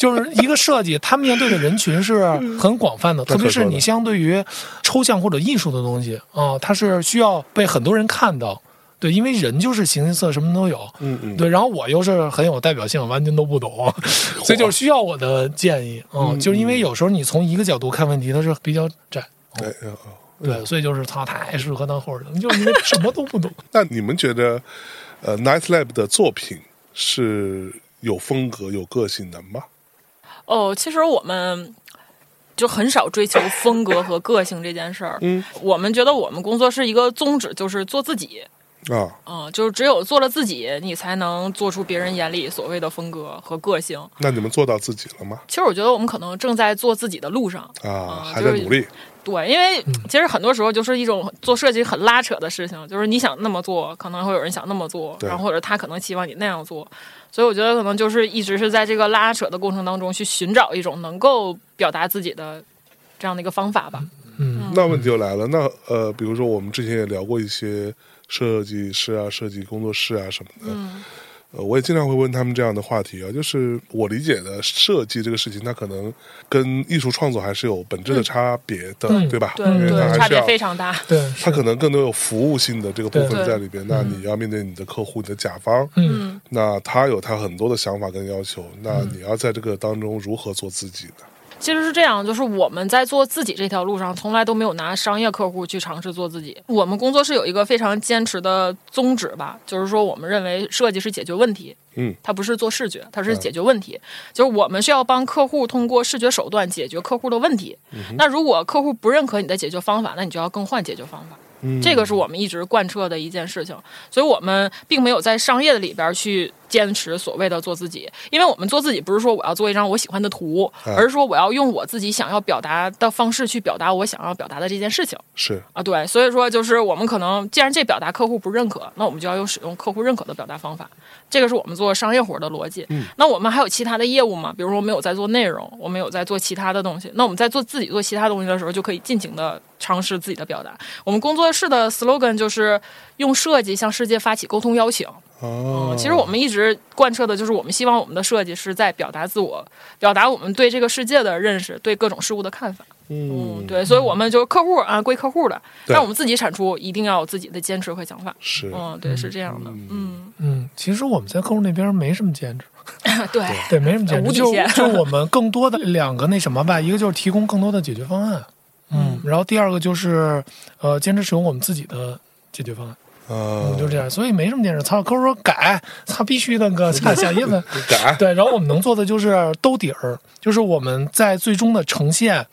Speaker 3: 就是一个设计，他面对的人群是很广泛的，
Speaker 1: 那
Speaker 3: 特
Speaker 1: 可
Speaker 3: 别是
Speaker 1: 说
Speaker 3: 你
Speaker 1: 呢
Speaker 3: 相嗯对于抽象或者艺术的东西啊、它是需要被很多人看到。对，因为人就是形形色色，什么都有。
Speaker 1: 嗯嗯
Speaker 3: 对，然后我又是很有代表性，完全都不 <laughs> 懂，所以就是需要我的建议。嗯，就是因为有时候你从一个角度看问题，它是比较窄。
Speaker 1: 哎哎哦
Speaker 3: 对，所以就是他太适合当后人了，就是因为什么都不懂。
Speaker 1: 那你们觉得，呃，Nice Lab 的作品是有风格、有个性的吗？
Speaker 2: 哦，其实我们就很少追求风格和个性这件事儿。
Speaker 1: 嗯，
Speaker 2: 我们觉得我们工作是一个宗旨，就是做自己。
Speaker 1: 啊，
Speaker 2: 嗯，就是只有做了自己，你才能做出别人眼里所谓的风格和个性。
Speaker 1: 那你们做到自己了吗？
Speaker 2: 其实我觉得我们可能正在做自己的路上。
Speaker 1: 啊，
Speaker 2: 啊
Speaker 1: 还在
Speaker 2: 就是
Speaker 1: 努力。
Speaker 2: 对，因
Speaker 1: 嗯
Speaker 2: 为其实很多时候就是一种做设计很拉扯的事情，就是你想那么做，可能会有人想那么做，
Speaker 1: 对
Speaker 2: 然后或者他可能希望你那样做，所以我觉得可能就是一直是在这个拉扯的过程当中去寻找一种能够表达自己的这样的一个方法吧。
Speaker 3: 嗯，
Speaker 1: 那问题就来了，那呃，比如说我们之前也聊过一些设计师啊、设计工作室啊什么的，呃，我也经常会问他们这样的话题啊，就是我理解的设计这个事情，它可能跟艺术创作还是有本质的差别的，
Speaker 3: 嗯
Speaker 1: 对吧？
Speaker 2: 对
Speaker 1: 因为它
Speaker 2: 对，
Speaker 1: 还
Speaker 2: 差
Speaker 1: 是
Speaker 2: 别
Speaker 1: 要
Speaker 2: 非常大。
Speaker 3: 对，
Speaker 1: 它可能更多有服务性的这个部分
Speaker 2: 对
Speaker 1: 在里边。那你要面对你的客户、你的甲方，
Speaker 3: 嗯，
Speaker 1: 那他有他很多的想法跟要求，那你要在这个当中如何做自己呢？
Speaker 2: 其实是这样，就是我们在做自己这条路上，从来都没有拿商业客户去尝试做自己。我们工作室有一个非常坚持的宗旨吧，就是说我们认为设计是解决问题，
Speaker 1: 嗯，啊
Speaker 2: 它不是做视觉，它是解决问题。就是我们需要帮客户通过视觉手段解决客户的问题。
Speaker 1: 嗯
Speaker 2: 那如果客户不认可你的解决方法，那你就要更换解决方法。
Speaker 1: 嗯
Speaker 2: 这个是我们一直贯彻的一件事情，所以我们并没有在商业的里边儿去坚持所谓的做自己，因为我们做自己不是说我要做一张我喜欢的图，
Speaker 1: 嗯
Speaker 2: 而是说我要用我自己想要表达的方式去表达我想要表达的这件事情
Speaker 1: 是
Speaker 2: 啊。对，所以说就是我们可能既然这表达客户不认可，那我们就要用使用客户认可的表达方法，这个是我们做商业活儿的逻辑。
Speaker 1: 嗯
Speaker 2: 那我们还有其他的业务吗？比如说我们有在做内容，我们有在做其他的东西。那我们在做自己做其他东西的时候，就可以尽情的尝试自己的表达。我们工作室的 slogan 就是用设计向世界发起沟通邀请。
Speaker 1: 哦
Speaker 2: 嗯，其实我们一直贯彻的就是，我们希望我们的设计是在表达自我，表达我们对这个世界的认识，对各种事物的看法。
Speaker 1: 嗯
Speaker 2: 嗯，对，所以我们就是客户啊，归客户的，
Speaker 1: 对
Speaker 2: 但我们自己产出一定要有自己的坚持和想法。
Speaker 1: 是
Speaker 2: 嗯，对，是这样的。嗯， <laughs>
Speaker 3: 嗯，其实我们在客户那边没什么坚持，
Speaker 2: 对，嗯
Speaker 3: 对，没什么坚
Speaker 2: 无
Speaker 3: 持，
Speaker 2: 底
Speaker 3: 就
Speaker 2: 线
Speaker 3: 就我们更多的两个那什么吧，一个就是提供更多的解决方案，嗯，然后第二个就是呃，坚持使用我们自己的解决方案，我
Speaker 2: 嗯
Speaker 1: 呃
Speaker 3: 们就这样，所以没什么坚持。操，客户说改，操，必须的哥，操，想一问。
Speaker 1: 改
Speaker 3: 对，然后我们能做的就是兜底儿，就是我们在最终的呈现，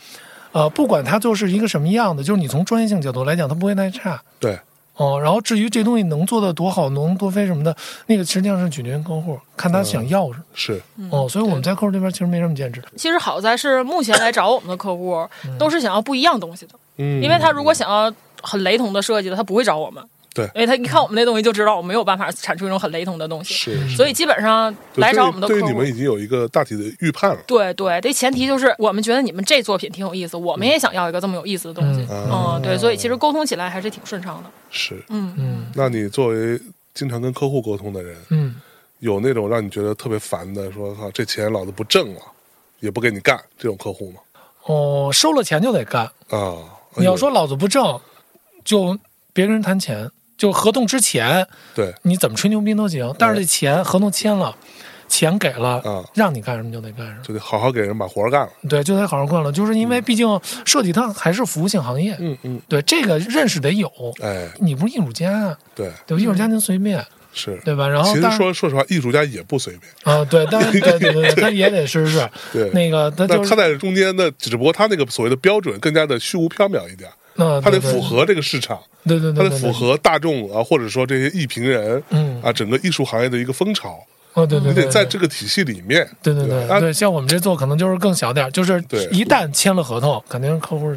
Speaker 3: 呃，不管它就是一个什么样的，就是你从专业性角度来讲，它不会太差。
Speaker 1: 对
Speaker 3: 哦，然后至于这东西能做的多好，能多飞什么的，那个实际上是取决于客户，看他
Speaker 1: 嗯
Speaker 3: 想要什么。
Speaker 1: 是
Speaker 3: 哦，所以我们在客户这边其实没什么坚持。
Speaker 2: 其实好在是目前来找我们的客户都是想要不一样东西的，
Speaker 1: 嗯，
Speaker 2: 因为他如果想要很雷同的设计的，他不会找我们。
Speaker 1: 对
Speaker 2: 因为他一看我们那东西就知道我们没有办法产出一种很雷同的东西，
Speaker 1: 是是
Speaker 2: 所以基本上
Speaker 1: 就
Speaker 2: 来
Speaker 1: 对
Speaker 2: 找我们的
Speaker 1: 对
Speaker 2: 客
Speaker 1: 你
Speaker 2: 户
Speaker 1: 们。已经有一个大体的预判了。
Speaker 2: 对对，这前提就是我们觉得你们这作品挺有意思，我们也想要一个这么有意思的东西。
Speaker 1: 嗯
Speaker 2: 嗯，对，所以其实沟通起来还是挺顺畅的。
Speaker 1: 是，
Speaker 2: 嗯，
Speaker 3: 嗯
Speaker 1: 那你作为经常跟客户沟通的人，
Speaker 3: 嗯，
Speaker 1: 有那种让你觉得特别烦的，说靠这钱老子不挣了，也不给你干这种客户吗？
Speaker 3: 哦，收了钱就得干。
Speaker 1: 啊，哎呦
Speaker 3: 你要说老子不挣，就别跟人谈钱，就合同之前
Speaker 1: 对，
Speaker 3: 你怎么吹牛逼都行，但是这钱合同签了，钱给了，
Speaker 1: 哎啊
Speaker 3: 让你干什么就得干什么，
Speaker 1: 就得好好给人把活儿干了。
Speaker 3: 对，就得好好干了。就是因为毕竟设计它还是服务性行业，
Speaker 1: 嗯嗯，
Speaker 3: 对这个认识得有。
Speaker 1: 哎，嗯
Speaker 3: 你不是艺术家，啊
Speaker 1: 对，
Speaker 3: 对吧？艺术家您随便，
Speaker 1: 是。
Speaker 3: 对吧？然后
Speaker 1: 其实
Speaker 3: 但是
Speaker 1: 说说实话，艺术家也不随便。
Speaker 3: 啊，对，但是对对
Speaker 1: <laughs>
Speaker 3: 对，对他也得试试。
Speaker 1: 对，
Speaker 3: 那个他
Speaker 1: 那
Speaker 3: 就是
Speaker 1: 他在中间的，只不过他那个所谓的标准更加的虚无缥缈一点，
Speaker 3: 嗯，
Speaker 1: 他得
Speaker 3: 对对
Speaker 1: 符合这个市场，
Speaker 3: 对对
Speaker 1: 他得
Speaker 3: 对，对
Speaker 1: 符，合大众啊，或者说这些艺评人
Speaker 3: 嗯
Speaker 1: 啊，整个艺术行业的一个风潮，
Speaker 3: 哦，对对，
Speaker 1: 你
Speaker 3: 对
Speaker 1: 得在
Speaker 3: 对
Speaker 1: 这个体系里面。
Speaker 3: 对对对
Speaker 1: 啊
Speaker 3: 对，像我们这做可能就是更小点儿，就是
Speaker 1: 对
Speaker 3: 一旦签了合同，肯定客户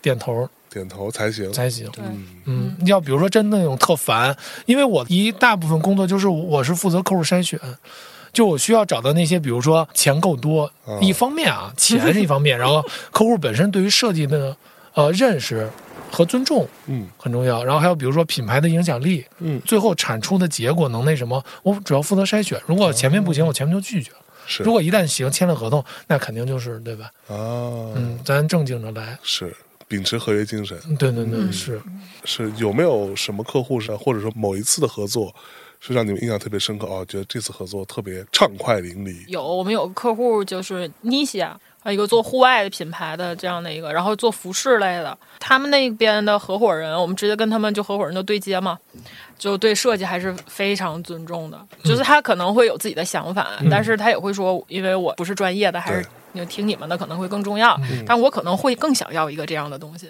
Speaker 3: 点头
Speaker 1: 点头才行。
Speaker 3: 才行。
Speaker 2: 对，
Speaker 3: 嗯，要比如说真的那种特烦，因为我一大部分工作就是我是负责客户筛选，就我需要找到那些比如说钱够多，
Speaker 1: 啊
Speaker 3: 一方面啊，钱是一方面，然后客户本身对于设计的呃认识和尊重
Speaker 1: 嗯
Speaker 3: 很重要，然后还有比如说品牌的影响力，
Speaker 1: 嗯，
Speaker 3: 最后产出的结果能那什么，我主要负责筛选，如果前面不行，我前面就拒绝。
Speaker 1: 是
Speaker 3: 如果一旦行签了合同，那肯定就是对吧？
Speaker 1: 啊，
Speaker 3: 嗯，咱正经着来。嗯
Speaker 1: 是秉持合约精神。
Speaker 3: 对对对，是
Speaker 1: 是有没有什么客户是，或者说某一次的合作，是让你们印象特别深刻啊？觉得这次合作特别畅快淋漓。
Speaker 2: 有我们有个客户就是妮西啊，一个做户外的品牌的这样的一个，然后做服饰类的，他们那边的合伙人，我们直接跟他们就合伙人就对接嘛，就对设计还是非常尊重的，就是他可能会有自己的想法，但是他也会说，因为我不是专业的，还是
Speaker 1: 对。
Speaker 2: 你听你们的可能会更重要，但我可能会更想要一个这样的东西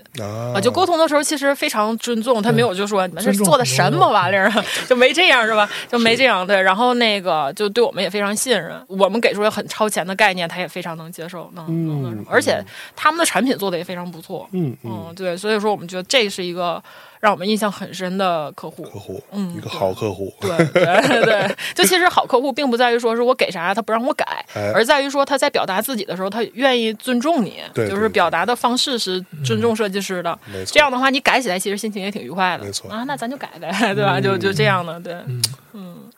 Speaker 1: 啊
Speaker 3: 嗯
Speaker 2: 啊。就沟通的时候，其实非常尊重，他没有就说你们这
Speaker 3: 尊重
Speaker 2: 做的
Speaker 3: 很
Speaker 2: 什
Speaker 3: 重
Speaker 2: 么
Speaker 3: 要
Speaker 2: 玩意儿啊，就没这样是吧？就没这样对。然后那个就对我们也非常信任，我们给出了很超前的概念，他也非常能接受。嗯，
Speaker 1: 嗯
Speaker 2: 而且他们的产品做的也非常不错。
Speaker 1: 嗯嗯，
Speaker 2: 嗯，对，所以说我们觉得这是一个让我们印象很深的客户。
Speaker 1: 客户，
Speaker 2: 嗯
Speaker 1: 一个好客户，
Speaker 2: 对对对，就其实好客户并不在于说是我给啥他不让我改
Speaker 1: 哎，
Speaker 2: 而在于说他在表达自己的时候，他愿意尊重你，
Speaker 1: 对
Speaker 2: 就
Speaker 1: 对
Speaker 2: 是表达的方式是尊重设计师的。
Speaker 1: 没错
Speaker 2: 这样的话，你改起来其实心情也挺愉快的。
Speaker 1: 没错
Speaker 2: 啊，那咱就改呗，对吧？就
Speaker 3: 嗯
Speaker 2: 就这样的，对，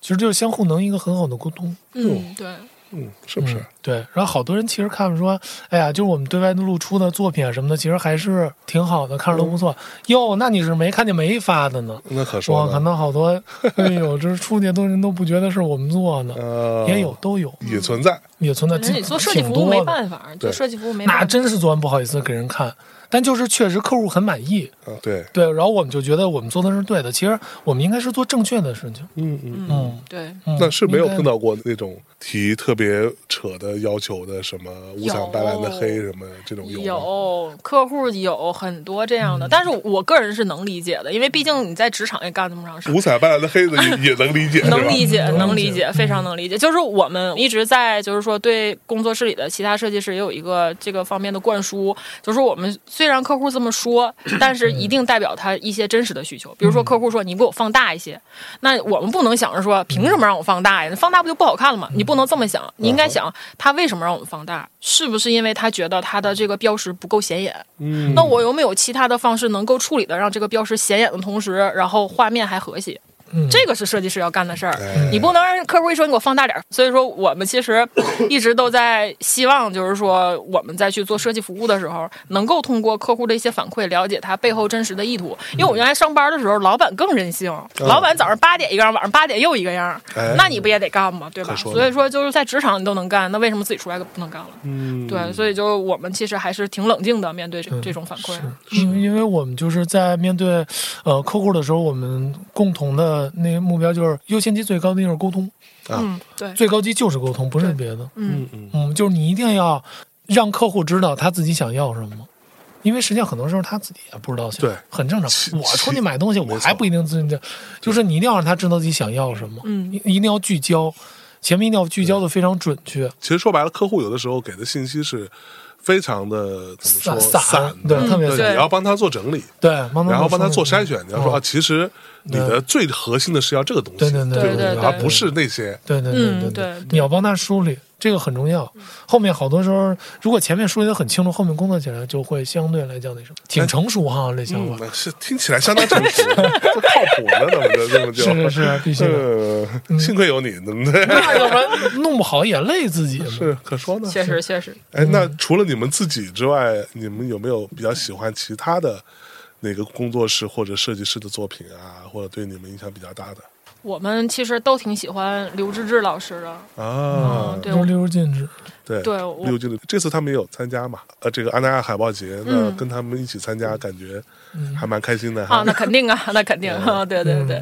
Speaker 3: 其实就是相互能一个很好的沟通。
Speaker 2: 嗯，对。
Speaker 1: 嗯，是不是？
Speaker 3: 对，然后好多人其实看说，哎呀，就是我们对外露出的作品啊什么的，其实还是挺好的，看着都不错。哟、那你是没看见没发的呢？
Speaker 1: 那可说
Speaker 3: 我
Speaker 1: 呢
Speaker 3: 可能好多，哎呦，这出去都人都不觉得是我们做的，
Speaker 1: 呃，
Speaker 3: 也有嗯都有，
Speaker 1: 也存在，
Speaker 3: 也存在。
Speaker 2: 那你做设计
Speaker 3: 挺
Speaker 2: 服务
Speaker 3: 多
Speaker 2: 没
Speaker 3: 的
Speaker 2: 办法，做
Speaker 1: 对
Speaker 2: 设计服务没办
Speaker 3: 那
Speaker 2: 法。
Speaker 3: 真是做完不好意思给人看，但就是确实客户很满意，
Speaker 1: 啊，对，
Speaker 3: 对，然后我们就觉得我们做的是对的，其实我们应该是做正确的事情。
Speaker 1: 嗯嗯，
Speaker 3: 嗯，
Speaker 2: 对，
Speaker 3: 嗯
Speaker 1: 那是没有
Speaker 3: 应该
Speaker 1: 碰到过那种提特别扯的要求的，什么五彩斑斓的黑什么这种吗
Speaker 2: 有客户有很多这
Speaker 3: 嗯
Speaker 2: 样的，但是我个人是能理解的，因为毕竟你在职场也干那么长时间。
Speaker 1: 五彩斑斓的黑的
Speaker 2: <laughs>
Speaker 1: 也也能理解，
Speaker 2: 能
Speaker 1: 解，
Speaker 2: 理解，能
Speaker 3: 理
Speaker 2: 理
Speaker 3: 解嗯
Speaker 2: 解，非常能理解。就是我们一直在，就是说对工作室里的其他设计师也有一个这个方面的灌输，就是我们虽然客户这么说，但是一定代表他一些真实的需求。比如
Speaker 3: 嗯
Speaker 2: 说客户说你给我放大一些，那我们不能想着说凭什么让我放大呀？放大不就不好看了吗？你不能这么想，你
Speaker 3: 嗯
Speaker 2: 应该想他为什么让我们放大？是不是因为他觉得他的这个标识不够显眼？
Speaker 1: 嗯，
Speaker 2: 那我有没有其他的方式能够处理的，让这个标识显眼的同时，然后画面还和谐？
Speaker 3: 嗯
Speaker 2: 这个是设计师要干的事儿
Speaker 1: 哎，
Speaker 2: 嗯你不能让客户一说你给我放大点儿。所以说，我们其实一直都在希望，就是说我们在去做设计服务的时候，能够通过客户的一些反馈，了解他背后真实的意图。因为我原来上班的时候，老板更任性，老板早上八点一个样，晚上八点又一个样
Speaker 1: 哎，
Speaker 2: 那你不也得干吗？对吧？
Speaker 1: 可说呢
Speaker 2: 所以说，就是在职场你都能干，那为什么自己出来不能干了？
Speaker 1: 嗯，
Speaker 2: 对，所以就我们其实还是挺冷静的面对这这种反馈。
Speaker 3: 因为因为我们就是在面对呃客户的时候，我们共同的那个目标就是优先级最高的就是沟通，
Speaker 2: 嗯，对，
Speaker 3: 最高级就是沟通，不是别的。
Speaker 2: 嗯，
Speaker 1: 嗯
Speaker 3: 嗯，就是你一定要让客户知道他自己想要什么。因为实际上很多时候他自己也不知道想，
Speaker 1: 对
Speaker 3: 很正常
Speaker 1: 其。
Speaker 3: 我出去买东西，
Speaker 1: 没
Speaker 3: 我
Speaker 1: 错
Speaker 3: 还不一定自己，就是你一定要让他知道自己想要什么，
Speaker 2: 嗯
Speaker 3: 一一定要聚焦，前面一定要聚焦的非常准确，
Speaker 1: 其实说白了，客户有的时候给的信息是非常的怎么说
Speaker 3: 散散
Speaker 1: 散，
Speaker 3: 对，
Speaker 1: 的，
Speaker 3: 特别
Speaker 2: 嗯
Speaker 3: 散，
Speaker 2: 对
Speaker 1: 你要帮他做整理，
Speaker 3: 对，帮他嗯
Speaker 1: 然后帮他做
Speaker 3: 梳理
Speaker 1: 筛选，你要说啊，其实你的最核心的是要这个东西，
Speaker 3: 对对对
Speaker 1: 对不
Speaker 2: 对对对
Speaker 1: 而不是那些，
Speaker 3: 对对对
Speaker 2: 嗯对
Speaker 3: 对
Speaker 2: 对嗯
Speaker 3: 你要帮他梳理，这个很重要。后面好多时候，如果前面梳理的很清楚，后面工作起来就会相对来讲那什么，挺成熟哈，这想
Speaker 1: 嗯，
Speaker 3: 法
Speaker 1: 那是听起来相当成熟，这靠谱呢，怎么着这么就是
Speaker 3: 是是，必须的。
Speaker 1: 呃，幸亏有你，对不对？
Speaker 3: 那要不然弄不好也累自己嘛。
Speaker 1: 是可说呢。
Speaker 2: 确实确实。
Speaker 1: 哎，那除了你们自己之外，你们有没有比较喜欢其他的哪个工作室或者设计师的作品啊，或者对你们影响比较大的
Speaker 2: 我们其实都挺喜欢刘志志老师的，
Speaker 1: 啊？
Speaker 2: 嗯，对
Speaker 3: 溜溜禁止，
Speaker 1: 对
Speaker 2: 对我
Speaker 1: 六军的这次他们也有参加嘛？呃，这个安纳亚海报节，那
Speaker 2: 嗯
Speaker 1: 跟他们一起参加，感觉还蛮开心的哈。
Speaker 2: 啊，那肯定 <laughs> 啊，那肯定啊，对对对，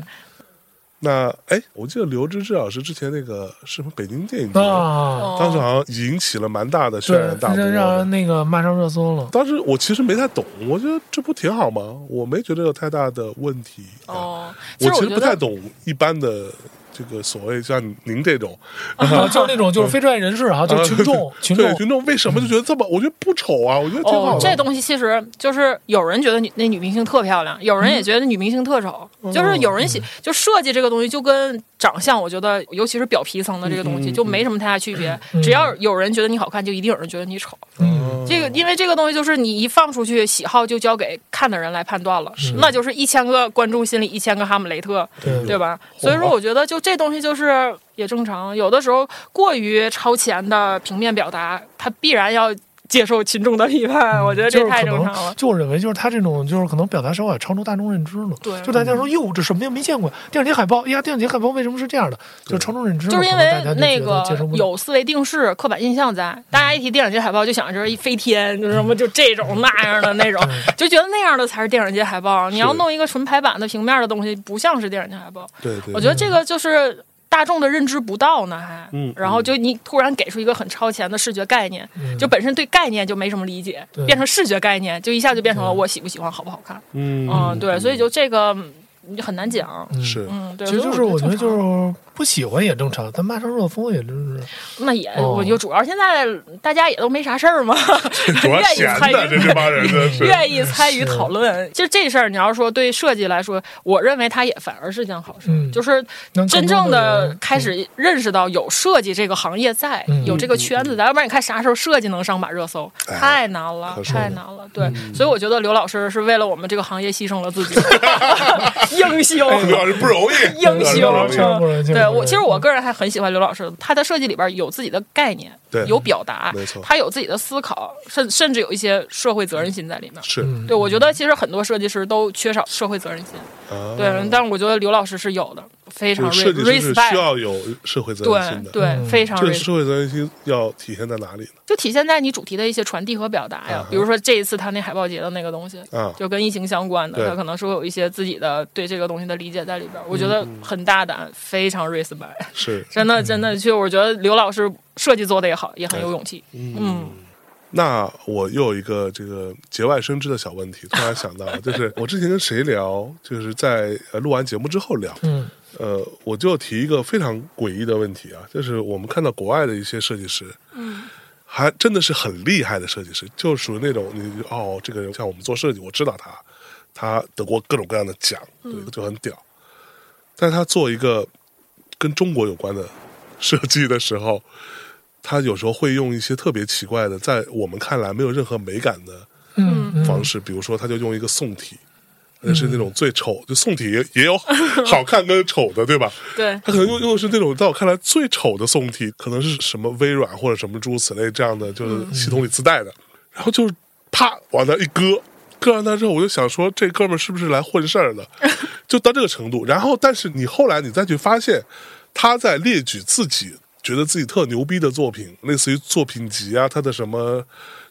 Speaker 1: 那哎，我记得刘志志老师之前那个是不是北京电影节，
Speaker 2: 哦
Speaker 3: 啊，
Speaker 1: 当时好像引起了蛮大的轩
Speaker 3: 对
Speaker 1: 然，大波
Speaker 3: 让
Speaker 1: 的。
Speaker 3: 让那个骂上热
Speaker 1: <laughs>
Speaker 3: 搜了。
Speaker 1: 当时我其实没太懂，我觉得这不挺好吗？我没觉得有太大的问题。啊，
Speaker 2: 哦，其
Speaker 1: 我
Speaker 2: 实
Speaker 1: 其
Speaker 2: 我
Speaker 1: 实
Speaker 2: 觉
Speaker 1: 不太
Speaker 2: 得。
Speaker 1: 懂一般的这个所谓像您这种
Speaker 3: 啊，就是那种就是非专业人士
Speaker 1: <laughs>
Speaker 2: 哦
Speaker 3: 哈，就
Speaker 1: 啊
Speaker 3: 群
Speaker 2: <laughs>
Speaker 3: 众群
Speaker 1: 对
Speaker 3: 众
Speaker 1: 群众为什么就觉得这么？我觉得不丑啊，我觉得挺
Speaker 2: 哦
Speaker 1: 好，
Speaker 2: 这
Speaker 1: 的。
Speaker 2: 东西其实就是有人觉得女那女明星特漂亮，有人也觉得女明星特丑，就是有人喜就设计这个东西就跟长相，我觉得尤其是表皮层的这个东西
Speaker 1: 嗯嗯
Speaker 2: 就没什么太大区别。
Speaker 3: 嗯
Speaker 2: 只要有人觉得你好看，就一定有人觉得你丑。
Speaker 1: 嗯
Speaker 2: 这个，因为这个东西就是你一放出去，喜好就交给看的人来判断了，那就是一千个观众心里一千个哈姆雷特，
Speaker 3: 对
Speaker 2: 对吧？所以说，我觉得就这东西就是也正常，有的时候过于超前的平面表达，它必然要接受群众的批判，我觉得
Speaker 3: 嗯就
Speaker 2: 这
Speaker 3: 是
Speaker 2: 太
Speaker 3: 可
Speaker 2: 正常
Speaker 3: 能
Speaker 2: 了。
Speaker 3: 就我认为就是他这种就是可能表达手法超出大众认知了。
Speaker 2: 对
Speaker 3: 就大家说哟，这什么呀，没见过电影节海报，哎呀，电影节海报为什么是这样的？就超出认知了，
Speaker 2: 就是因
Speaker 3: 可能
Speaker 2: 为
Speaker 3: 大家就
Speaker 2: 那
Speaker 3: 觉得
Speaker 2: 个
Speaker 3: 接受不了
Speaker 2: 有思维定式、刻板印象在，大家一提电影节海报就想着这是一飞天，就是什么就这种那样的那种，
Speaker 3: 嗯
Speaker 2: 就觉得那样的才是电影节海报。啊你要
Speaker 1: 是
Speaker 2: 弄一个纯排版的平面的东西，不像是电影节海报。
Speaker 1: 对对，
Speaker 2: 我觉得这个就是大众的认知不到呢，还，
Speaker 1: 嗯
Speaker 2: 然后就你突然给出一个很超前的视觉概念，
Speaker 3: 嗯
Speaker 2: 就本身对概念就没什么理解
Speaker 3: 对，
Speaker 2: 变成视觉概念，就一下就变成了我喜不喜欢、好不好看，
Speaker 1: 嗯
Speaker 2: 嗯，对，所以就这个嗯很难讲，
Speaker 1: 是
Speaker 2: 嗯，对，
Speaker 3: 其实就是
Speaker 2: 所以
Speaker 3: 我觉得
Speaker 2: 正常
Speaker 3: 就是不喜欢也正常，但骂上热搜也真是
Speaker 2: 那也，
Speaker 3: 哦
Speaker 2: 我就主要现在大家也都没啥事儿嘛，
Speaker 1: <laughs> 主要
Speaker 2: 愿意
Speaker 1: 闲
Speaker 2: 参
Speaker 1: 的这
Speaker 2: 与
Speaker 1: 这帮人真是。
Speaker 2: 愿意参与讨论，就这事儿，你要说对设计来说，我认为它也反而是件好事，
Speaker 3: 嗯
Speaker 2: 就是
Speaker 3: 能
Speaker 2: 真
Speaker 3: 更
Speaker 2: 正
Speaker 3: 多的
Speaker 2: 的
Speaker 3: 人
Speaker 2: 开始认识到有设计这个行业在，
Speaker 3: 嗯
Speaker 2: 有这个圈子在，要不然你看啥时候设计能上把热搜，
Speaker 1: 哎
Speaker 2: 太难了
Speaker 1: 可，说呢
Speaker 2: 太难了。对，
Speaker 3: 嗯
Speaker 2: 所以我觉得刘老师是为了我们这个
Speaker 3: <laughs>
Speaker 2: 行业牺牲了自己，英雄。
Speaker 1: 刘老师不容易，
Speaker 3: 哎
Speaker 1: <laughs>
Speaker 2: 英
Speaker 1: 刘老师
Speaker 2: <laughs> 雄
Speaker 1: 不容易
Speaker 3: 不容易不容易，
Speaker 2: 对我其实我个人还很喜欢刘老师，他的设计里边有自己的概念，
Speaker 1: 对
Speaker 2: 有表达，
Speaker 1: 没错
Speaker 2: 他有自己的思考，甚甚至有一些社会责任心在里面。
Speaker 1: 是
Speaker 3: 嗯
Speaker 2: 对，我觉得其实很多设计师都缺少社会责任心，
Speaker 1: 啊，
Speaker 2: 对，但是我觉得刘老师是有的，非常
Speaker 1: 就是
Speaker 2: re-
Speaker 1: 设计师是需
Speaker 2: respect，
Speaker 1: 要有社会责任心
Speaker 2: 对
Speaker 1: 的。
Speaker 2: 对，非常
Speaker 1: 这个
Speaker 2: respect
Speaker 1: 社会责任心要体现在哪里呢？
Speaker 2: 就体现在你主题的一些传递和表达呀
Speaker 1: 啊。
Speaker 2: 比如说这一次他那海报节的那个东西，
Speaker 1: 啊，
Speaker 2: 就跟疫情相关的，
Speaker 1: 对
Speaker 2: 他可能是会有一些自己的对这个东西的理解在里边儿。我觉得很大胆，非常 respect，
Speaker 1: 是
Speaker 2: <laughs> 真的真的就我觉得刘老师设计做的也好，也很有勇气。嗯，
Speaker 1: 那我又有一个这个节外生枝的小问题，突然想到了，就是我之前跟谁聊，就是在呃录完节目之后聊，
Speaker 3: 嗯，
Speaker 1: 呃，我就提一个非常诡异的问题啊，就是我们看到国外的一些设计师，嗯，还真的是很厉害的设计师，就属于那种你哦，这个人像我们做设计，我知道他，他得过各种各样的奖，对，
Speaker 3: 嗯
Speaker 1: 就很屌，但是他做一个跟中国有关的 <laughs> 设计的时候，他有时候会用一些特别奇怪的，在我们看来没有任何美感的
Speaker 3: 嗯嗯
Speaker 1: 方式，比如说他就用一个宋体，那是那种最丑，就宋体也也有好看跟丑的，对吧？
Speaker 2: 对，
Speaker 1: 他可能用用的是那种在我看来最丑的宋体，可能是什么微软或者什么诸如此类这样的，就是系统里自带的，然后就是啪往那一搁。搁上它之后，我就想说，这哥们儿是不是来混事儿的？ <laughs> 就到这个程度。然后，但是你后来你再去发现，他在列举自己觉得自己特牛逼的作品，类似于作品集啊，他的什么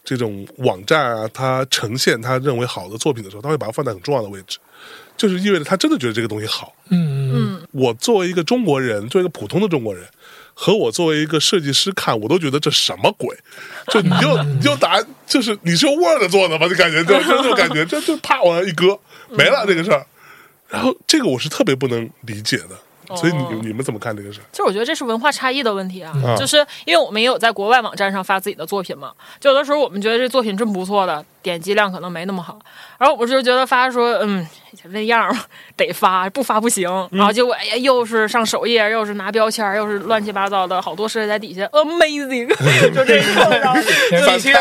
Speaker 1: 这种网站啊，他呈现他认为好的作品的时候，他会把它放在很重要的位置，就是意味着他真的觉得这个东西好。
Speaker 3: 嗯嗯
Speaker 1: 我作为一个中国人，作为一个普通的中国人，和我作为一个设计师看，我都觉得这什么鬼？就你就你就打，就是你是用 Word 做的吧？就感觉就就就感觉这就啪往上一搁，没了这个事儿。然后这个我是特别不能理解的，所以你、
Speaker 2: 哦
Speaker 1: 你们怎么看这个事儿？
Speaker 2: 就是我觉得这是文化差异的问题啊
Speaker 1: 嗯，
Speaker 2: 就是因为我们也有在国外网站上发自己的作品嘛，就有的时候我们觉得这作品真不错的，点击量可能没那么好，然后我就觉得发说，嗯，那样儿吧得发，不发不行，然后结果哎呀，又是上首页，又是拿标签儿，又是乱七八糟的，好多设计在底下 amazing，就这一种，然后
Speaker 3: 必须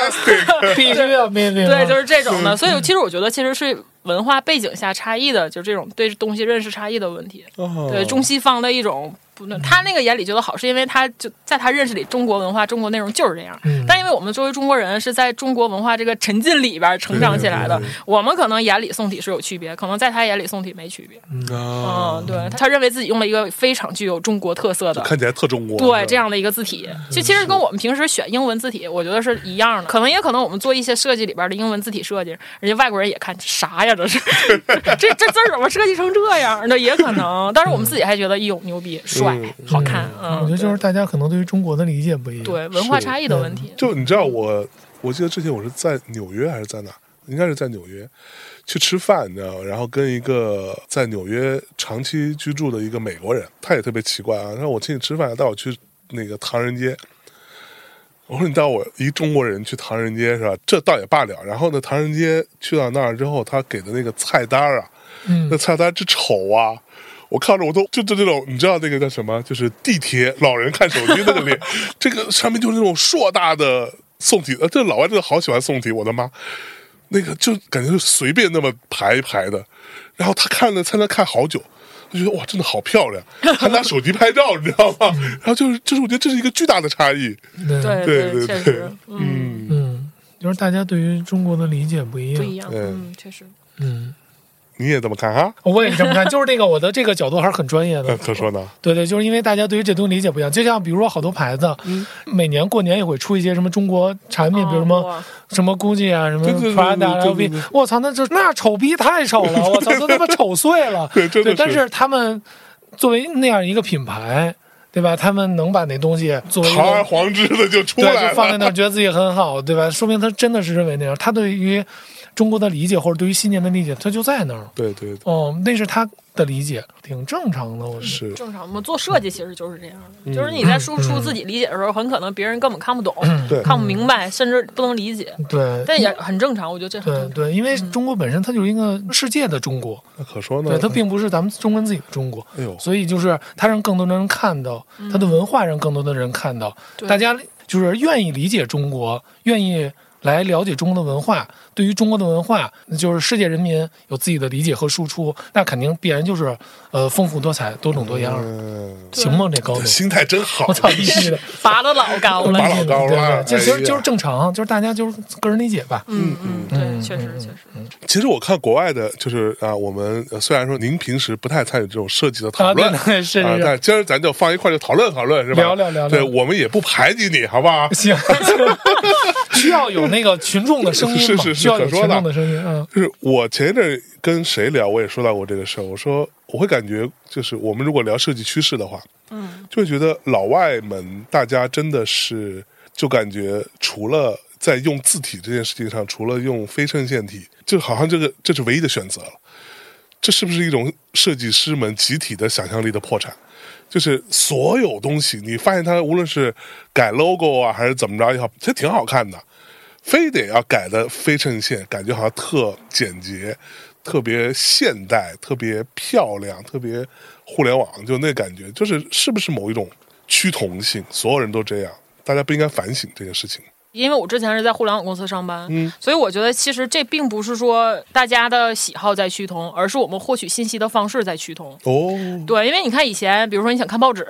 Speaker 3: 必须要面啊临
Speaker 2: <laughs> 对，啊就是嗯这种的。所以其实我觉得，其实是文化背景下差异的，就是这种对东西认识差异的问题。
Speaker 1: 嗯
Speaker 2: 对中西方的一种不，他那个眼里觉得好，是因为他就在他认识里，中国文化、中国内容就是这样。但因为我们作为中国人是在中国文化这个沉浸里边成长起来的，我们可能眼里宋体是有区别，可能在他眼里宋体没区别。嗯，对，他认为自己用了一个非常具有中国特色的，
Speaker 1: 看起来特中国，
Speaker 2: 对这样的一个字体，就其实跟我们平时选英文字体，我觉得是一样的。可能也可能我们做一些设计里边的英文字体设计，人家外国人也看啥呀？这是 <laughs> 这这字儿怎么设计成这样？那也可能，但是我们自己还觉得，哟，牛逼，帅，好看，嗯，
Speaker 3: 我觉得就是大家可能对于中国的理解不一样。
Speaker 2: 对文化差异的问题，
Speaker 1: 就你知道我，我记得之前我是在纽约还是在哪？应该是在纽约去吃饭，你知道吗？然后跟一个在纽约长期居住的一个美国人，他也特别奇怪啊。然后我请你吃饭，带我去那个唐人街。我说你带我一中国人去唐人街是吧？这倒也罢了。然后呢，唐人街去到那儿之后，他给的那个菜单儿啊，
Speaker 3: 嗯
Speaker 1: 那菜单之丑啊！我看着我都就就这种，你知道那个叫什么？就是地铁老人看手机那个
Speaker 3: <laughs>
Speaker 1: 脸，这个上面就是那种硕大的宋体，呃，这老外真的好喜欢宋体，我的妈！那个就感觉就随便那么排一排的，然后他看了参加看好久，他觉得哇，真的好漂
Speaker 3: <laughs>
Speaker 1: 亮，还拿手机拍照，你知道吗？然后就是就是我觉得这是一个巨大的差异，
Speaker 3: 对
Speaker 1: 对
Speaker 2: 对
Speaker 1: 对
Speaker 2: 确
Speaker 1: 对
Speaker 2: 实，嗯，
Speaker 3: 嗯，就是大家对于中国的理解不一
Speaker 2: 不
Speaker 3: 样。
Speaker 2: 一样，
Speaker 1: 对
Speaker 2: 嗯，确实。
Speaker 3: 嗯，哦
Speaker 1: 你也这么看啊？
Speaker 3: 我也这么看，就是那个我的这个角度还是很专业
Speaker 1: 呃
Speaker 3: 的。
Speaker 1: 可说呢，
Speaker 3: 对对，就是因为大家对于这东西理解不一样，就像比如说好多牌子，
Speaker 2: 嗯
Speaker 3: 每年过年也会出一些什么中国产品，比如什么
Speaker 2: 哦
Speaker 3: 什么 GUCCI 啊，什么
Speaker 1: 对对对
Speaker 3: Prada
Speaker 1: 对对
Speaker 3: L
Speaker 1: 对
Speaker 3: V，
Speaker 1: 对
Speaker 3: 我操，那就那丑逼太丑了，我操，都他妈丑碎了。
Speaker 1: 对 <laughs> 真的是
Speaker 3: 但是他们作为那样一个品牌，对吧？他们能把那东西作为一个
Speaker 1: 堂而皇之的就出
Speaker 3: 对，
Speaker 1: 来
Speaker 3: 就放在
Speaker 1: 了，
Speaker 3: 那儿，觉得自己很好，对吧？说明他真的是认为那样，他对于中国的理解或者对于新年的理解，他就在那儿。
Speaker 1: 对对对，
Speaker 3: 哦，那是他的理解，挺正常的，我觉得。
Speaker 1: 是
Speaker 2: 正常，我们做设计其实就是这样的，就是你在输出自己理解的时候，很可能别人根本看不懂、
Speaker 1: 对
Speaker 2: 看不明白，甚至不能理解，
Speaker 3: 对，嗯
Speaker 2: 但也很正常。我觉得这很正
Speaker 3: 对
Speaker 2: 常。
Speaker 3: 对，因为中国本身它就是一个世界的中国，
Speaker 1: 那可说呢
Speaker 3: 对，，它并不是咱们中国人自己的中国，
Speaker 1: 哎呦
Speaker 3: 所以就是它让更多的人看到，它的文化让更多的人看到，
Speaker 2: 对
Speaker 3: 大家就是愿意理解中国，愿意来了解中国的文化。对于中国的文化，那就是世界人民有自己的理解和输出，那肯定必然就是呃丰富多彩、多种多样，
Speaker 1: 嗯，
Speaker 3: 行吗？这高度，
Speaker 1: <laughs> 心态真好
Speaker 3: 我，操，必须的，
Speaker 2: 拔的老高了。
Speaker 1: 拔老高
Speaker 3: 对
Speaker 1: 了
Speaker 3: 对，就
Speaker 1: 哎
Speaker 3: 就
Speaker 1: 呀
Speaker 3: 就是正常，就是大家就是个人理解吧。
Speaker 2: 嗯嗯，对，
Speaker 3: 嗯
Speaker 2: 确实确实，
Speaker 1: <laughs> 其实我看国外的，就是啊，我们呃虽然说您平时不太参与这种设计的讨
Speaker 3: 啊，对
Speaker 1: 论，，
Speaker 3: 对 <laughs> 是
Speaker 1: 啊
Speaker 3: 是，
Speaker 1: 但
Speaker 3: 是，
Speaker 1: 今儿咱就放一块儿就讨论讨论，是吧？
Speaker 3: 聊聊聊聊
Speaker 1: 对，我们也不排挤你，好不好？
Speaker 3: 行， <laughs> 需要有那个群众的声音
Speaker 1: 是
Speaker 3: 嘛，
Speaker 1: 是是
Speaker 3: 需要有
Speaker 1: 可说
Speaker 3: 群
Speaker 1: 的
Speaker 3: 众的声音，嗯。
Speaker 1: 就是我前一阵儿跟谁聊，我也说到过这个事儿。我说我会感觉，就是我们如果聊设计趋势的话，嗯，就会觉得老外们大家真的是就感觉除了在用字体这件事情上，除了用非衬线体，就好像这个这是唯一的选择了。这是不是一种设计师们集体的想象力的破产？就是所有东西，你发现它无论是改 logo 啊，还是怎么着也好，它挺好看的，非得要改的非衬线，感觉好像特简洁、特别现代、特别漂亮、特别互联网，就那感觉，就是是不是某一种趋同性？所有人都这样，大家不应该反省这件事情。
Speaker 2: 因为我之前是在互联网公司上班，
Speaker 1: 嗯
Speaker 2: 所以我觉得其实这并不是说大家的喜好在趋同，而是我们获取信息的方式在趋同。
Speaker 1: 哦，
Speaker 2: 对，因为你看以前，比如说你想看报纸